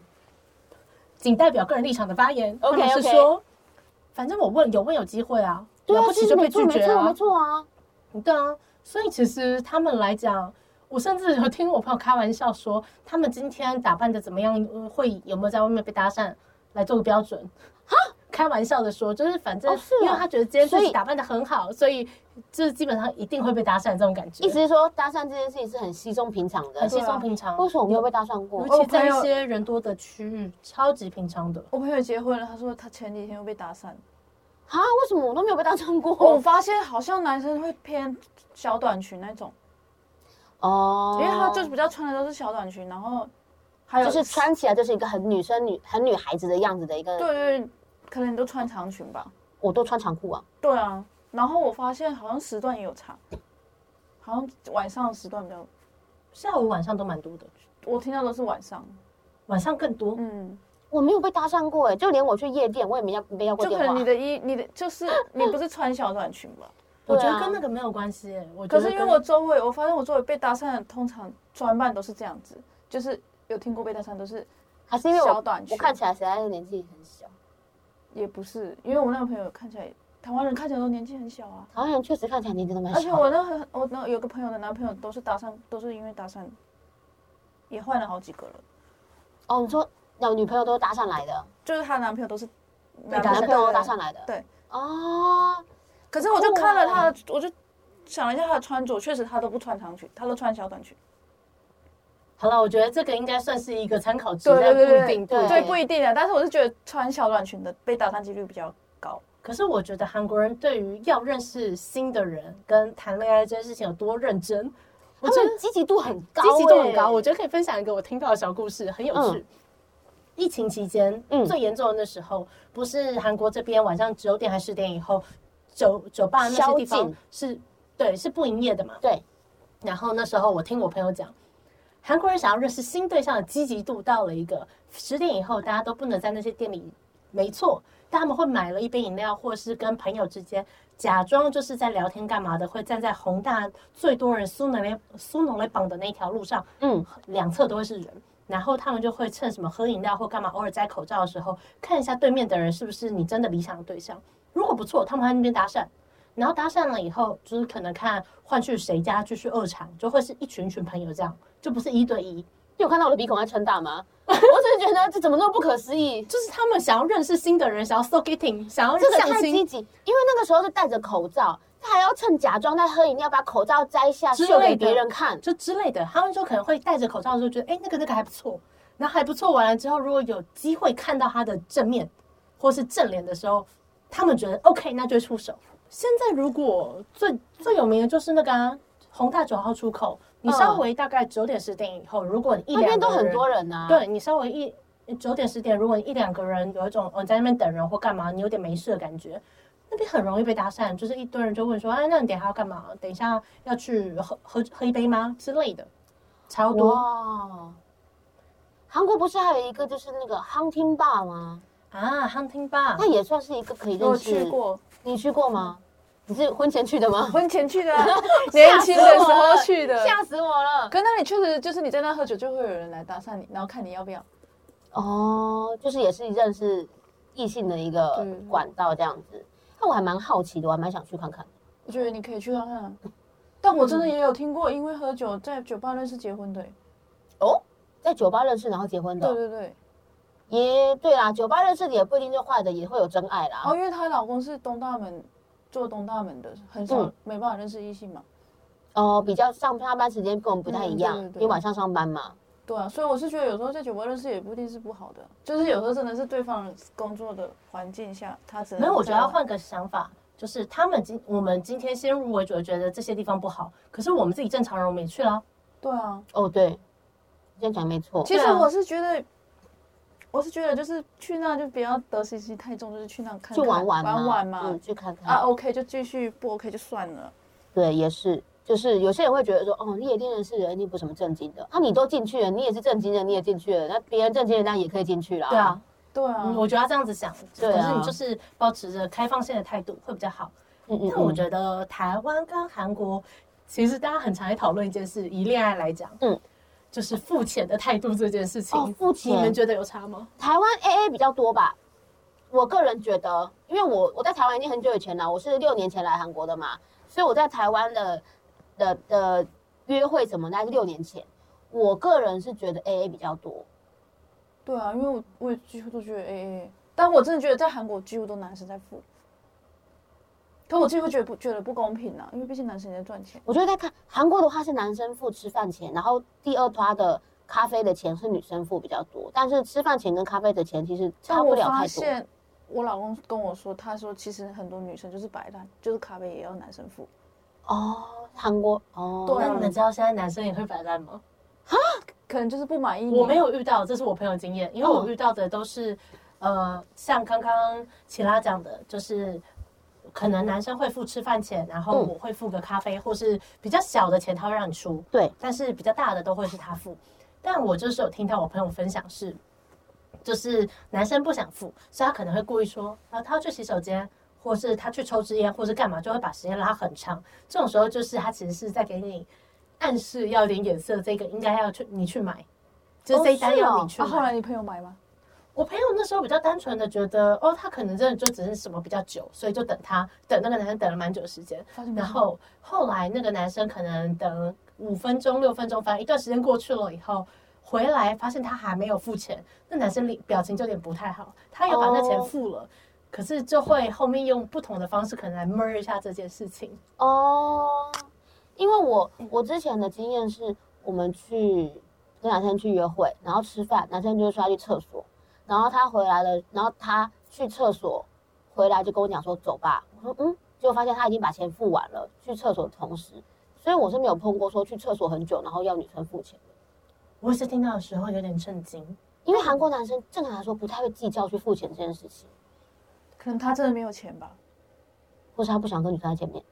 仅代表个人立场的发言 OK，他们 OK 是说，反正我问有问有机会啊，对了啊，不其起实就没被错拒没绝错没啊，错啊，对啊，所以其实他们来讲。我甚至有听我朋友开玩笑说，他们今天打扮的怎么样，呃会有没有在外面被搭讪，来做个标准。开玩笑的说，就是反正、哦是哦因为他觉得今天自所己以打扮的很好，所以就是基本上一定会被搭讪这种感觉，意思是说搭讪这件事情是很稀松平常的很。稀对啊松平常。为什么我没有被搭讪过？哦尤我其在朋一友些人多的区域，超级平常的。我朋友结婚了，他说他前几天又被搭讪。啊，为什么我都没有被搭讪我哦过？发现好像男生会偏小短裙那种， 哦因为他就是比较穿的都是小短裙，然后还有就是穿起来就是一个很女生女很女孩子的样子的一个，对对，对可能你都穿长裙吧。我都穿长裤啊，对啊，然后我发现好像时段也有差，好像晚上时段比较，下午晚上都蛮多的，我听到都是晚上，晚上更多。嗯，我没有被搭讪过哎，就连我去夜店，我也没要没要过就电可能话你。的衣，你的就是你不是穿小短裙吧？我对啊觉得跟那个没有关系耶，我觉 可得是因为跟我周围，我发现我周围被搭讪的，通常专办都是这样子，就是有听过被搭讪，都是还是因为我小短裙我看起来实在是年纪很小，也不是，因为我那个朋友看起来台湾人看起来都年纪很小啊，好像确实看起来年纪都蛮小。而且我那很我那有个朋友的男朋友都是搭讪，都是因为搭讪，也换了好几个了，哦，你说那女朋友都是搭讪来的，就是她男朋友都是搭讪男朋友都搭对讪来的。对。哦，可是我就看了她的，我就想了一下她的穿着，确实她都不穿长裙，她都穿小短裙。好了，我觉得这个应该算是一个参考值，但不一定对对，不一定啊。但是我是觉得穿小短裙的被搭讪几率比较高。可是我觉得韩国人对于要认识新的人跟谈恋爱这件事情有多认真，我他觉得们积极度很高、欸，积极度很高。我觉得可以分享一个我听到的小故事，很有趣。嗯疫情期间，嗯最严重的那时候，不是韩国这边晚上九点还是十点以后，酒酒吧那些地宵方禁是对是不营业的嘛？对。然后那时候我听我朋友讲，韩国人想要认识新对象的积极度到了一个十点以后，大家都不能在那些店里。没错，但他们会买了一杯饮料，或是跟朋友之间假装就是在聊天干嘛的，会站在宏大最多人苏农雷苏农雷榜的那条路上，嗯，两侧都会是人。然后他们就会趁什么喝饮料或干嘛，偶尔摘口罩的时候，看一下对面的人是不是你真的理想的对象。如果不错，他们还在那边搭讪。然后搭讪了以后，就是可能看换去谁家继续二场，就会是一群一群朋友这样，就不是一对一。你有看到我的鼻孔在撑大吗？ 我只是觉得这怎么那么不可思议，就是他们想要认识新的人，想要 so getting，想要这个相太积亲极，因为那个时候是戴着口罩，他还要趁假装在喝饮料，把口罩摘下之秀给类的别人看。就之类的，他们就可能会戴着口罩的时候觉得，哎、那个那个还不错，然后还不错。完了之后，如果有机会看到他的正面或是正脸的时候，他们觉得 OK，那就会出手。现在如果最最有名的就是那个、啊、宏大九号出口，你稍微大概九点十点以后，如果你一那边两都个很人多人呐、啊，，对你稍微一九点十点，如果你一两个人有一种哦你在那边等人或干嘛，你有点没事的感觉，那边很容易被搭讪，就是一堆人就问说，哎，那你等一下要干嘛？等一下要去喝喝喝一杯吗之类的，超多哇，韩国不是还有一个就是那个 hunting bar 吗？啊，hunting bar 那。也算是一个可以认我识。去，过，你去过吗？你是婚前去的 吗？婚前去的 啊、年轻的时候去的。吓死我了！可那里确实就是你在那喝酒，就会有人来搭讪你，然后看你要不要。哦，就是也是认识异性的一个对管道这样子。那我还蛮好奇的，我还蛮想去看看。我觉得你可以去看看啊。但我真的也有听过，因为喝酒在酒吧认识结婚的欸、哦，在酒吧认识然后结婚的对哦，对对。也对啦，酒吧认识的也不一定就坏的，也会有真爱啦。哦，因为她老公是东大门做东大门的，很少、嗯没办法认识异性嘛。哦，比较上下班时间跟我们不太一样，嗯对对对因为晚上上班嘛。对啊，所以我是觉得有时候在酒吧认识也不一定是不好的，就是有时候真的是对方工作的环境下，他只能没有，我觉得要在外换个想法，就是他们今我们今天先入为主地觉得这些地方不好，可是我们自己正常人我们也去了啊，对啊，哦，对，你这样讲没错。其对实啊我是觉得，我是觉得就是去那就不要得失心太重，就是去那看看去玩玩嘛，玩玩嘛。嗯，去看看。啊，OK 就继续，不 OK 就算了。对，也是，就是有些人会觉得说，哦，夜店认识人一定不什么正经的，啊，你都进去了，你也是正经人，你也进去了，那别人正经人那也可以进去啦。对啊，，对啊，嗯我觉得要这样子想，对可啊是你就是保持着开放性的态度会比较好。嗯嗯但我觉得台湾跟韩国，其实大家很常在讨论一件事，以恋爱来讲，嗯，就是付钱的态度这件事情。哦付钱你们觉得有差吗？台湾 AA 比较多吧。我个人觉得，因为我我在台湾已经很久以前了，我是六年前来韩国的嘛，所以我在台湾的的的约会什么，那是六年前。我个人是觉得 AA 比较多，对啊，因为我我也几乎都觉得 AA，但我真的觉得在韩国几乎都男生在付。可我自己会觉得不觉得不公平啊，因为毕竟男生也在赚钱。我觉得在看韩国的话是男生付吃饭钱，然后第二趴的咖啡的钱是女生付比较多，但是吃饭钱跟咖啡的钱其实差但不我了发太多。现，我老公跟我说，他说其实很多女生就是摆烂，就是咖啡也要男生付。哦，韩国哦，对啊那你们知道现在男生也会摆烂吗？可能就是不满意你。我没有遇到，这是我朋友经验，因为哦我遇到的都是，呃，像刚刚齐拉讲的，就是可能男生会付吃饭钱，然后嗯我会付个咖啡，或是比较小的钱他会让你出，对，但是比较大的都会是他付。但我就是有听到我朋友分享是，就是男生不想付，所以他可能会故意说，然后他要去洗手间，或是他去抽支烟，或是干嘛，就会把时间拉很长。这种时候就是他其实是在给你暗示要有点眼色，这个应该要去你去买，就是这一单哦是哦要你去啊，买。后来你朋友买吗？我朋友那时候比较单纯的觉得，哦，他可能真的就只是什么比较久，所以就等他等那个男生等了蛮久的时间。发现没然事后后来那个男生可能等五分钟、六分钟，反正一段时间过去了以后，回来发现他还没有付钱，那男生脸表情就有点不太好，他又把那钱哦付了。可是就会后面用不同的方式，可能来闷一下这件事情。哦，因为我我之前的经验是，我们去跟男生去约会，然后吃饭，男生就会说他去厕所，然后他回来了，然后他去厕所回来就跟我讲说走吧，我说嗯，结果发现他已经把钱付完了，去厕所的同时，所以我是没有碰过说去厕所很久然后要女生付钱的，我也是听到的时候有点震惊，因为韩国男生正常来说不太会计较去付钱这件事情，可能他真的没有钱吧。或是他不想跟女生在见面。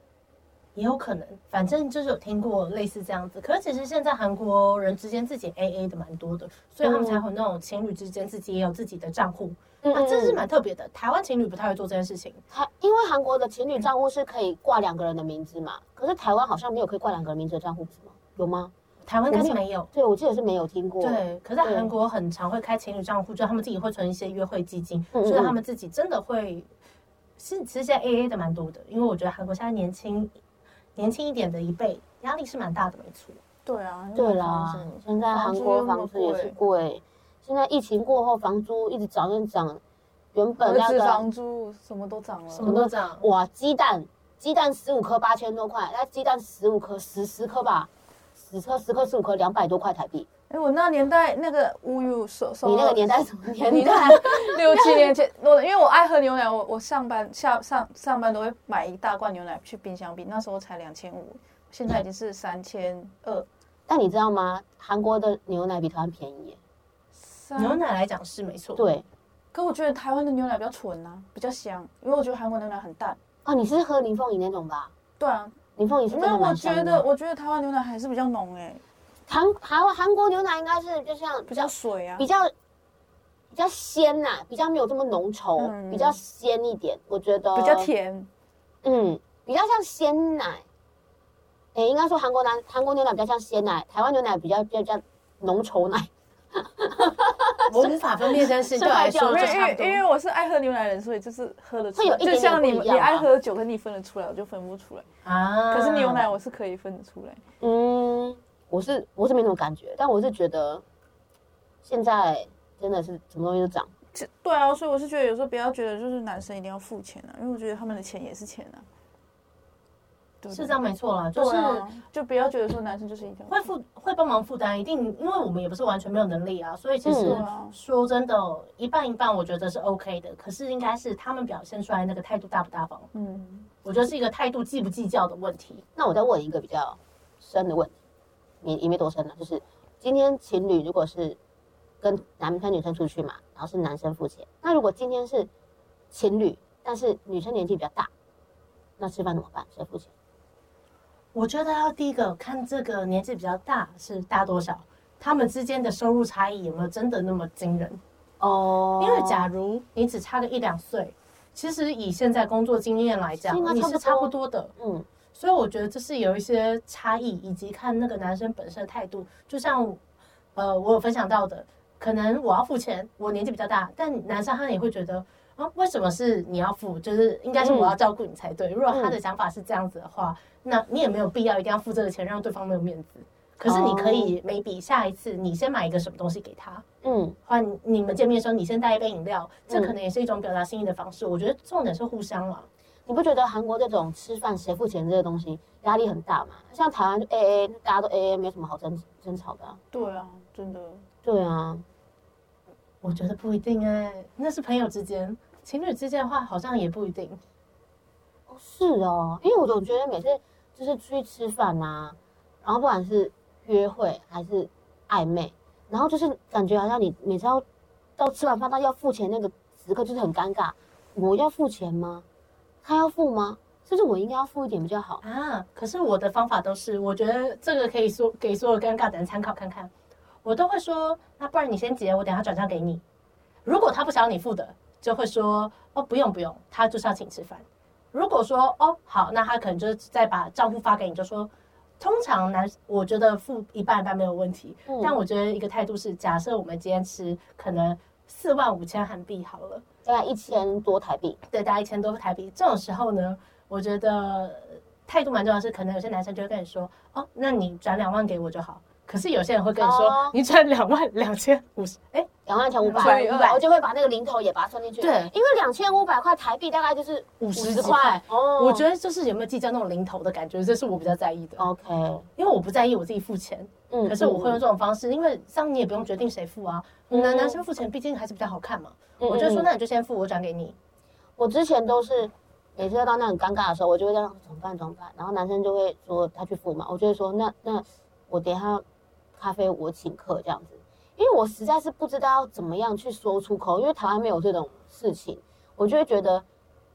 也有可能，反正就是有听过类似这样子。可是其实现在韩国人之间自己 A A 的蛮多的，所以他们才有那种情侣之间自己也有自己的账户，嗯啊，这是嗯蛮特别的。台湾情侣不太会做这件事情。台，因为韩国的情侣账户是可以挂两个人的名字嘛，可是台湾好像没有可以挂两个人名字的账户，不是吗？有吗？台湾应该是没有。对，我记得是没有听过。，欸对，可是在对韩国很常会开情侣账户，就他们自己会存一些约会基金，嗯嗯所以他们自己真的会是其实现在 A A 的蛮多的，因为我觉得韩国现在年轻年轻一点的一辈压力是蛮大的，没错。对啊，因为对房啦子，现在韩国房租也是贵，现在疫情过后房租一直涨一直涨，原本儿那子个房租什么都涨了，什么都涨，哇鸡蛋鸡蛋十五颗八千多块，那鸡蛋十五颗十十颗吧，十颗十颗十五颗两百多块台币。哎、我那年代那个乌有收收，你那个年代什么年代？ 六七年前，我因为我爱喝牛奶，我我上班下上上班都会买一大罐牛奶去冰箱冰，那时候才两千五，现在已经是三千二。但你知道吗？韩国的牛奶比台湾便宜耶。牛三，奶来讲是没错，，对可我觉得台湾的牛奶比较纯啊，比较香，因为我觉得韩国牛奶很淡。啊，你是喝林凤仪那种吧？对啊，林凤仪是真没有，的我蛮香觉的。得我觉得台湾牛奶还是比较浓哎、韩韩韩国牛奶应该是就像比较水啊比。较比较鲜呐、比较没有这么浓稠，嗯比较鲜一点，我觉得比较，甜，嗯，比较像鲜奶。诶、应该说韩国奶韩国牛奶比较像鲜奶，台湾牛奶比较比较比较浓稠奶。 我无法分辨这件事情对我来说是因就为差不多因为因。为我是爱喝牛奶的人，所以就是喝得出会有来。一点就像你点不一你样啊爱喝酒，可你分得出来，我就分不出来。啊可是牛奶我是可以分得出来。嗯，我是我是没什么感觉，但我是觉得现在真的是什么东西都涨。这对啊，所以我是觉得有时候不要觉得就是男生一定要付钱啊，因为我觉得他们的钱也是钱啊。对不对是这样没错啦，就对是啊就不要觉得说男生就是一定要会负会帮忙负担，一定，因为我们也不是完全没有能力啊，所以其实嗯啊说真的，哦一半一半，我觉得是 OK 的。可是应该是他们表现出来那个态度大不大方，嗯，我觉得是一个态度计不计较的问题。那我再问一个比较深的问题，也也没多深了，就是今天情侣如果是跟男生女生出去嘛，然后是男生付钱，那如果今天是情侣，但是女生年纪比较大，那吃饭怎么办？谁付钱？我觉得要第一个看这个年纪比较大是大多少，他们之间的收入差异有没有真的那么惊人？哦因为假如你只差个一两岁，其实以现在工作经验来讲应该，你哦差不多是差不多的。嗯所以我觉得这是有一些差异，以及看那个男生本身的态度。就像，呃，我有分享到的，可能我要付钱，我年纪比较大，但男生他也会觉得啊，为什么是你要付？就是应该是我要照顾你才对。如果他的想法是这样子的话，那你也没有必要一定要付这个钱，让对方没有面子。可是你可以 maybe 下一次你先买一个什么东西给他，嗯或者你们见面的时候你先带一杯饮料，这嗯可能也是一种表达心意的方式。我觉得重点是互相了。你不觉得韩国这种吃饭谁付钱这个东西压力很大吗？像台湾就 A A，大家都 A A，没什么好争争吵的、啊。对啊，真的。对啊，我觉得不一定哎、那是朋友之间，情侣之间的话好像也不一定。哦是哦，因为我总觉得每次就是出去吃饭啊，然后不管是约会还是暧昧，然后就是感觉好像你每次要到吃完饭到要付钱那个时刻，就是很尴尬。我要付钱吗？他要付吗？是不是我应该要付一点比较好？啊，可是我的方法都是，我觉得这个可以说给所有尴尬的人参考看看。我都会说，那不然你先结，我等下转账给你。如果他不想要你付的，就会说哦不用不用，他就是要请吃饭。如果说哦好，那他可能就是再把账户发给你，就说通常男我觉得付一半一半没有问题，嗯但我觉得一个态度是，假设我们今天吃可能四万五千韩币好了。大概一千多台币。对，大概一千多台币。这种时候呢，我觉得呃态度蛮重要的是，可能有些男生就会跟你说，哦，那你转两万给我就好。可是有些人会跟你说，哦你转两万两千五十，哎，两万两千五除百以，我就会把那个零头也把它算进去。对因为两千五百块台币大概就是五十50几块块。。哦我觉得就是有没有计较那种零头的感觉，这是我比较在意的， OK，因为我不在意我自己付钱，哦嗯可是我会用这种方式，因为这样你也不用决定谁付啊。嗯男男生付钱毕竟还是比较好看嘛，嗯我就说嗯那你就先付，我转给你。我之前都是每次到那很尴尬的时候，我就会这样怎么办怎么办，然后男生就会说他去付嘛，我就会说那那我等一下咖啡我请客这样子，因为我实在是不知道要怎么样去说出口，因为台湾没有这种事情，我就会觉得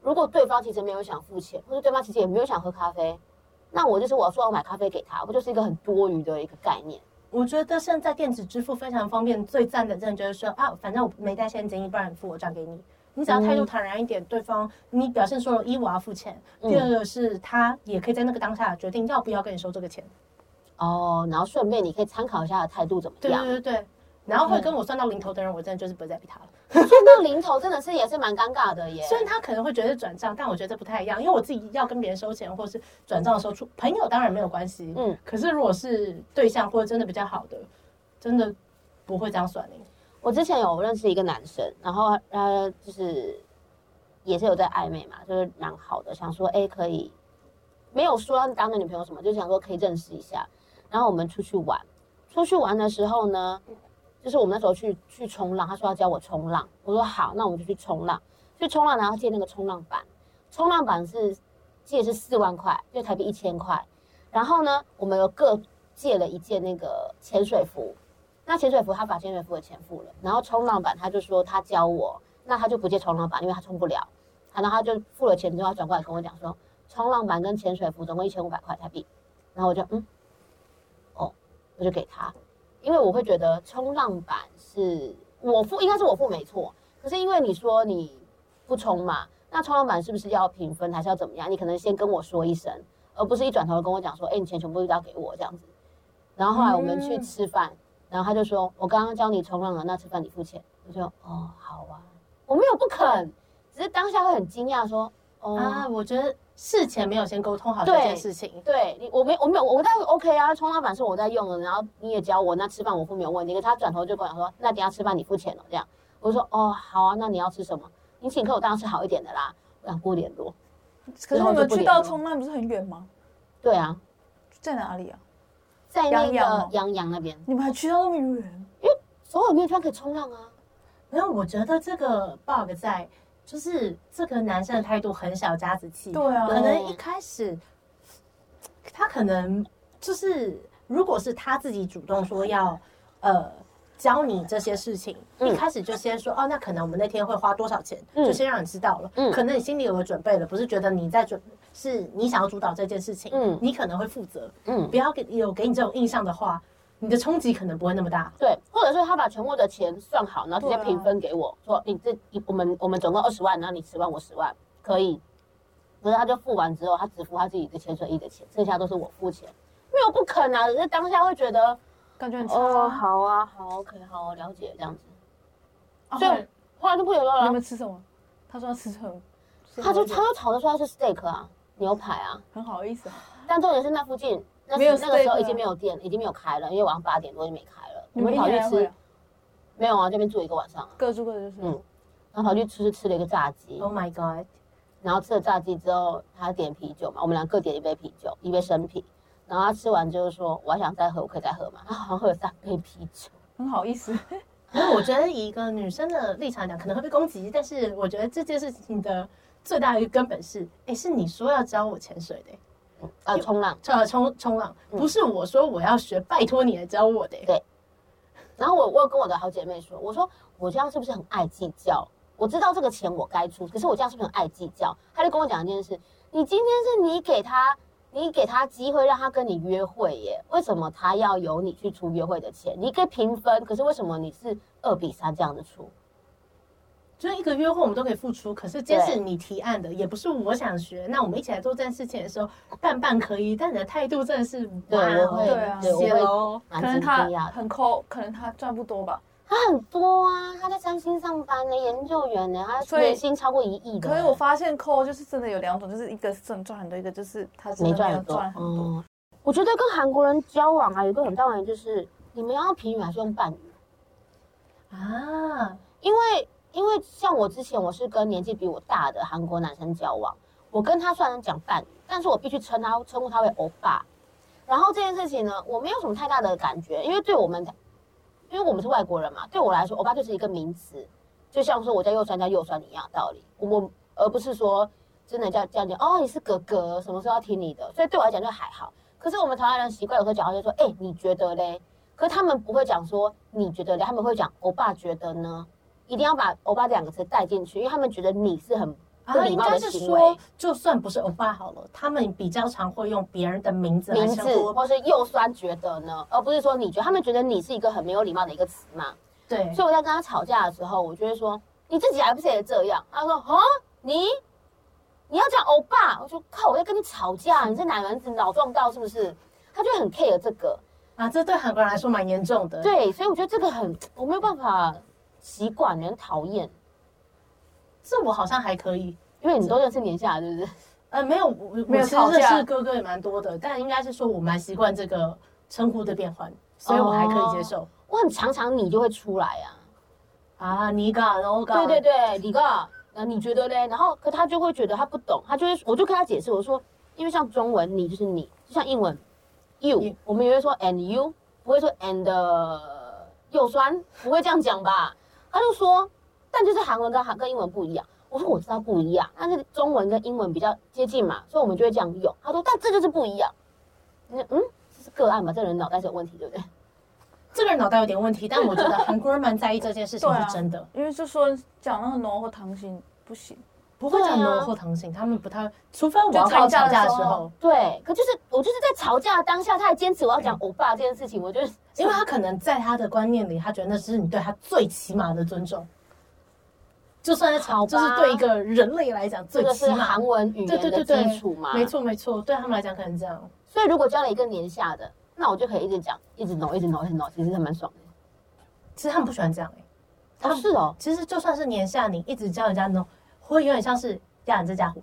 如果对方其实没有想付钱，或者对方其实也没有想喝咖啡，那我就是我说我买咖啡给他，不就是一个很多余的一个概念？我觉得现在电子支付非常方便，最赞的真的就是说啊，反正我没带现金，不然你付我转给你。你只要嗯态度坦然一点，对方你表现说了一我要付钱，第嗯二个是他也可以在那个当下决定要不要跟你收这个钱。哦，然后顺便你可以参考一下他的态度怎么对样嗯对。对对，然后会跟我算到零头的人，我真的就是不会再理他了。所以那个零头真的是也是蛮尴尬的耶。虽然他可能会觉得转账，但我觉得这不太一样，因为我自己要跟别人收钱或是转账的时候，出朋友当然没有关系，嗯嗯，可是如果是对象或者真的比较好的，真的不会这样算的。欸我之前有认识一个男生，然后他就是也是有在暧昧嘛，就是蛮好的，想说哎、诶可以，没有说要当个女朋友什么，就想说可以认识一下。然后我们出去玩，出去玩的时候呢，就是我们那时候去去冲浪，他说要教我冲浪，我说好，那我们就去冲浪。去冲浪，然后借那个冲浪板，冲浪板是借是四万块，就台币一千块。然后呢，我们有各借了一件那个潜水服，那潜水服他把潜水服的钱付了，然后冲浪板他就说他教我，那他就不借冲浪板，因为他冲不了。然后他就付了钱之后，他转过来跟我讲说，冲浪板跟潜水服总共一千五百块台币。然后我就嗯，哦，我就给他，因为我会觉得冲浪板是我付，应该是我付没错。可是因为你说你不冲嘛，那冲浪板是不是要平分，还是要怎么样？你可能先跟我说一声，而不是一转头跟我讲说，哎、你钱全部都要给我这样子。然后后来我们去嗯吃饭。然后他就说：“我刚刚教你冲浪了，那吃饭你付钱。”我就：“哦，好啊，我没有不肯，只是当下会很惊讶说：‘哦，啊，我觉得事前没有先沟通好这对件事情，对你，我没我没有，我在 OK 啊，冲浪板是我在用的，然后你也教我，那吃饭我付没有问题。’可是他转头就跟我讲说：‘那等一下吃饭你付钱了。’这样，我就说：‘哦，好啊，那你要吃什么？你请客，我当然吃好一点的啦。’我想多联络。可是然后你就们不去联到络冲浪不是很远吗？对啊，在哪里啊？在那洋洋个哦杨洋那边，你们还去到那么远？所有没有地方可以冲浪啊。没有，我觉得这个 bug 在就是这个男生的态度很小家子气，对啊可能一开始他可能就是如果是他自己主动说要呃教你这些事情，嗯一开始就先说哦，那可能我们那天会花多少钱，嗯就先让你知道了，嗯可能你心里有个准备了，不是觉得你在准是你想要主导这件事情，嗯你可能会负责，嗯，不要给有给你这种印象的话，你的冲击可能不会那么大。对，或者是他把全部的钱算好，然后直接对啊平分给我，说你这你我们我们总共二十万，然后你十万我十万，可以。可是他就付完之后，他只付他自己的潜水衣的钱，剩下都是我付钱，没有不肯啊，只是当下会觉得感觉很差。哦，好啊，好，OK，好，我了解这样子，啊所以后来后来就不联络你了。们吃什么？他说要吃很，嗯他就他就吵着说要吃 steak 啊，牛排啊，很好意思啊。但重点是那附近那没有那个时候 steak 啊已经没有店，已经没有开了，因为晚上八点多就没开了。你们一跑起去来回吃啊，没有啊，这边住一个晚上啊，各住各的，就是。嗯然后跑去吃吃了一个炸鸡， Oh my god！然后吃了炸鸡之后，他点啤酒嘛，我们俩各点一杯啤酒，一杯生啤。然后他吃完就是说，我还想再喝，我可以再喝嘛？他好像喝了三杯啤酒。很好意思，因为我觉得以一个女生的立场来讲，可能会被攻击，但是我觉得这件事情的最大的一个根本是，哎，是你说要教我潜水的，呃，冲浪。这冲冲浪，不是我说我要学，拜托你来教我的。然后我我有跟我的好姐妹说，我说我这样是不是很爱计较？我知道这个钱我该出，可是我这样是不是很爱计较？他就跟我讲一件事：你今天是你给他，你给他机会让他跟你约会耶，为什么他要由你去出约会的钱？你可以平分，可是为什么你是二比三这样子出？就是一个约会我们都可以付出，可是即使你提案的，也不是我想学，那我们一起来做这件事情的时候，半半可以，但你的态度真的是对哇哦我会对啊谢我会喽。蛮可能惊他讶的。很抠，可能他赚不多吧。他很多啊，他在三星上班呢，研究员呢，他所以年薪超过一亿的。可是我发现抠就是真的有两种，就是一个是真的赚很多，一个就是他真没的没赚有很多。赚很多。嗯，我觉得跟韩国人交往啊，有一个很大原因就是你们要评语还是用伴语，啊，因为因为像我之前我是跟年纪比我大的韩国男生交往，我跟他虽然讲伴侣，但是我必须称他称呼他为欧巴。然后这件事情呢，我没有什么太大的感觉，因为对我们，因为我们是外国人嘛，对我来说，欧巴就是一个名词，就像说我叫右酸叫右酸一样的道理，我而不是说真的叫叫你哦，你是哥哥，什么时候要听你的，所以对我来讲就还好。可是我们台湾人习惯有时候讲话就说，哎、你觉得嘞？可是他们不会讲说你觉得嘞，他们会讲欧巴觉得呢，一定要把欧巴这两个词带进去，因为他们觉得你是很不啊，礼应貌该的是行说为，，就算不是欧巴好了，他们比较常会用别人的名字来名称字呼，或是右酸觉得呢，而不是说你觉得，他们觉得你是一个很没有礼貌的一个词嘛。对，所以我在跟他吵架的时候，我就会说你自己还不是也这样？他说啊你你要讲欧巴，我说靠，我在跟你吵架，你是哪门子脑撞到是不是？他就很 care 这个，啊，这对韩国人来说蛮严重的。，对，所以我觉得这个很我没有办法习惯，很讨厌，这我好像还可以。因为你都认识年下来，对不对？呃，没有，我没有我其吵实认架识哥哥也蛮多的，但应该是说我蛮习惯这个称呼的变哦换，所以我还可以接受。我很常常你就会出来啊，啊，你敢，然后敢，对对对，李哥，那你觉得嘞？然后可他就会觉得他不懂，他就会，我就跟他解释，我说，因为像中文你就是你，就像英文 you，, You 我们也会说 and you，不会说 and 右酸，不会这样讲吧？他就说，但就是韩文跟韩跟英文不一样。我说我知道不一样，但是中文跟英文比较接近嘛，所以我们就会这样用。他说，但这就是不一样。那嗯，这是个案吧？这人脑袋是有问题，对不对？这个人脑袋有点问题，但我觉得韩国人蛮在意这件事情对啊是真的，因为就说讲那个浓或糖心不行，不会讲对啊浓或糖性，他们不太，除非我就要跟你吵架吵的架的时时候候，对，可就是我就是在吵架的当下，他还坚持我要讲欧巴这件事情，我就是因为他可能在他的观念里，他觉得那是你对他最起码的尊重，就算在吵，好就是吧对一个人类来讲最这个起是码韩。文语对言对的对基础嘛？对，没。错没错，对他们来讲可能这样。所以如果教了一个年下的，那我就可以一直讲，一直弄，一直弄，一直弄，其实还蛮爽的。其实他们不喜欢这样、欸、他哦，们是哦，其实就算是年下你一直教人家 no，会有点像是呀你这家伙，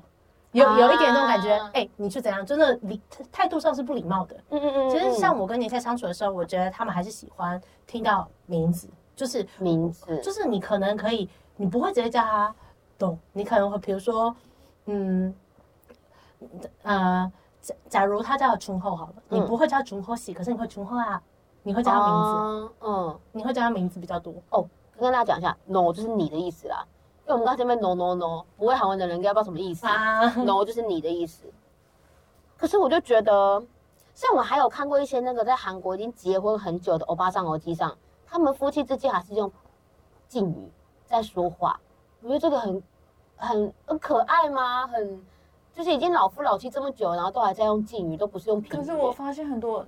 有啊有一点那种感觉，哎、你去怎样，真的礼态度上是不礼貌的。嗯嗯嗯其实嗯像我跟年下相处的时候，我觉得他们还是喜欢听到名字，就是名字，就是你可能可以，你不会直接叫他懂，你可能会比如说，嗯，呃，假假如他叫琼后好了，你嗯不会叫琼后喜，可是你会琼后啊，你会叫他名字，字，嗯，你会叫他名字比较多。跟大家讲一下，no 就是你的意思啦。因为我们刚才那边 no no no，不会韩文的人应该不知道什么意思。啊，嗯 no 就是你的意思。可是我就觉得，像我还有看过一些那个在韩国已经结婚很久的欧巴桑、欧基上，他们夫妻之间还是用敬语在说话，我觉得这个很很很可爱吗？很就是已经老夫老妻这么久，然后都还在用敬语，都不是用平语。可是我发现很多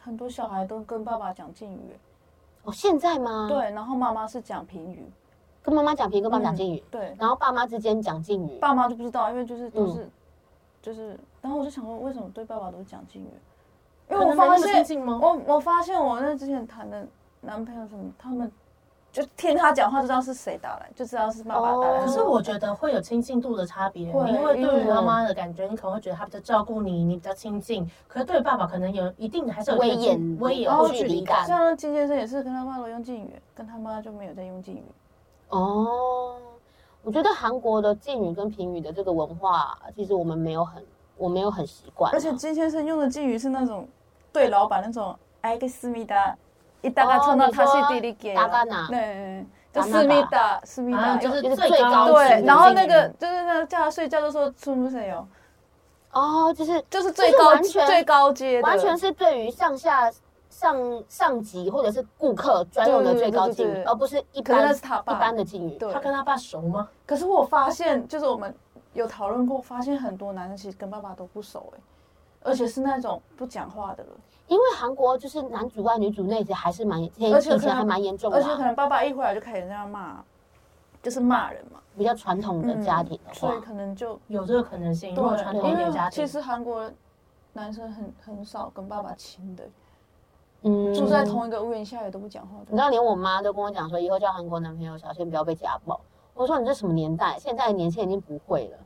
很多小孩都跟爸爸讲敬语，哦，现在吗？，对，然后妈妈是讲平语，跟妈妈讲平语，跟爸爸讲嗯敬语，对，然后爸妈之间讲敬语。爸妈就不知道，因为就是都是、就是，然后我就想说，为什么对爸爸都讲敬语？因为我发现哦近吗？我我发现我那之前谈的男朋友什么，他们就听他讲话就知道是谁打来，就知道是爸爸打来。哦可是我觉得会有亲近度的差别，会因为因对于为妈妈的感觉，你可能会觉得她比较照顾你，你比较亲近；，可是对于爸爸，可能有一定的还是有一定威的严威严哦或距距离离感感。像金先生也是跟他爸都用敬语，跟他妈就没有在用敬语。哦，我觉得韩国的敬语跟平语的这个文化，其实我们没有很，我没有很习惯啊。而且金先生用的敬语是那种对老板那种哎给思密达，一大哦概冲到他是弟弟给大概哪对对，对就思密达思密达啊，就是就是最最高高级级的对，然后敬那语个就是那个叫他睡觉就说出木谁哟，哦，就是就是就最是高完全最高阶的，完全是对于上下上上级或者是顾客专用的最高对对对敬对对语，而不是一可能般那是他一爸般的敬语。对他，跟他爸熟吗？可是我发现，就是我们有讨论过，发现很多男生其实跟爸爸都不熟哎、而且是那种不讲话的了，因为韩国就是男主外女主内，还是蛮以而且可能前还蛮严重而的且可啊、能爸爸一回来就开始在那骂，就是骂人嘛，嗯比较传统的家庭的所以话，可能就有这个可能性，如果传对，统一因点为家庭，其实韩国男生很很少跟爸爸亲的，嗯，住在同一个屋檐下也都不讲话你知的。道，连我妈都跟我讲说，以后交韩国男朋友小心不要被家暴。我说你这什么年代？现在的年轻人已经不会了。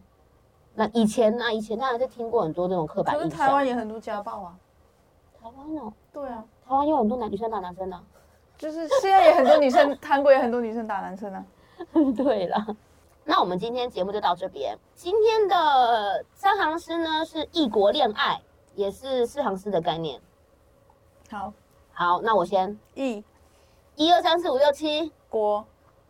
那以前呢、以前当然是听过很多这种刻板可是印象。台湾也很多家暴啊，台湾哦，对啊，台湾有很多男女生打男生啊。就是现在也很多女生， 韩国也很多女生打男生啊。 对了，那我们今天节目就到这边。今天的三行诗呢是异国恋爱，也是四行诗的概念。好，好，那我先异一二三四五六七，国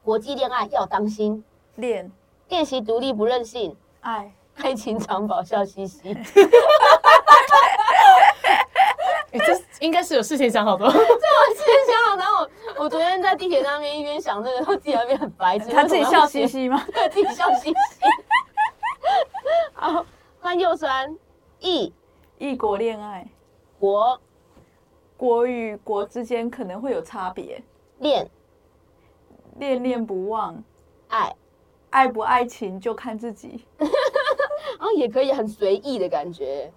国际恋爱要当心，恋练习独立不任性，爱，爱情长跑笑嘻嘻。诶这应该是有事情想好多。我今天想好，然后我我昨天在地铁上面一边想这个，然后自己还边很白痴，他自己为什么笑要嘻写， 嘻吗？对自己笑嘻嘻。好，换右酸，异异国恋爱，国国与国之间可能会有差别，恋恋恋不忘，爱，爱不爱情就看自己。然后啊也可以很随意的感觉。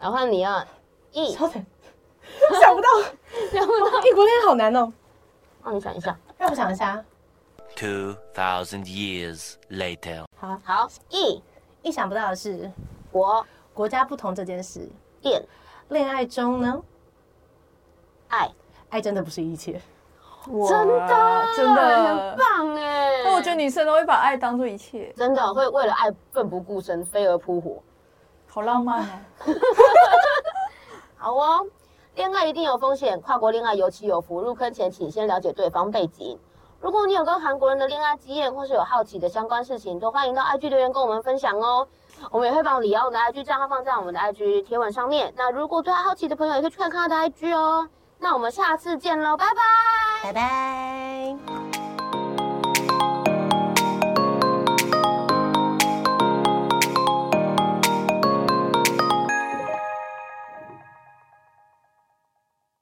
然后换你啊，异，稍等，想不 到，然后呢？异国恋好难哦。让你想一下，让我想一下， 2,000 years later. 好，好，异意想不到的是国国家不同这件事。恋恋爱中呢，爱，爱真的不是一切。哇真的真很的。棒哎。那我觉得女生都会把爱当做一切，真的会为了爱奋不顾身，飞蛾扑火。好浪漫哦。好哦，恋爱一定有风险，跨国恋爱有起有伏，入坑前请先了解对方背景。如果你有跟韩国人的恋爱经验，或是有好奇的相关事情，都欢迎到 IG 留言跟我们分享哦。我们也会把李奥的 IG 账号放在我们的 IG 贴文上面。那如果对他好奇的朋友，也可以去看看他的 IG 哦。那我们下次见喽，拜拜。拜拜。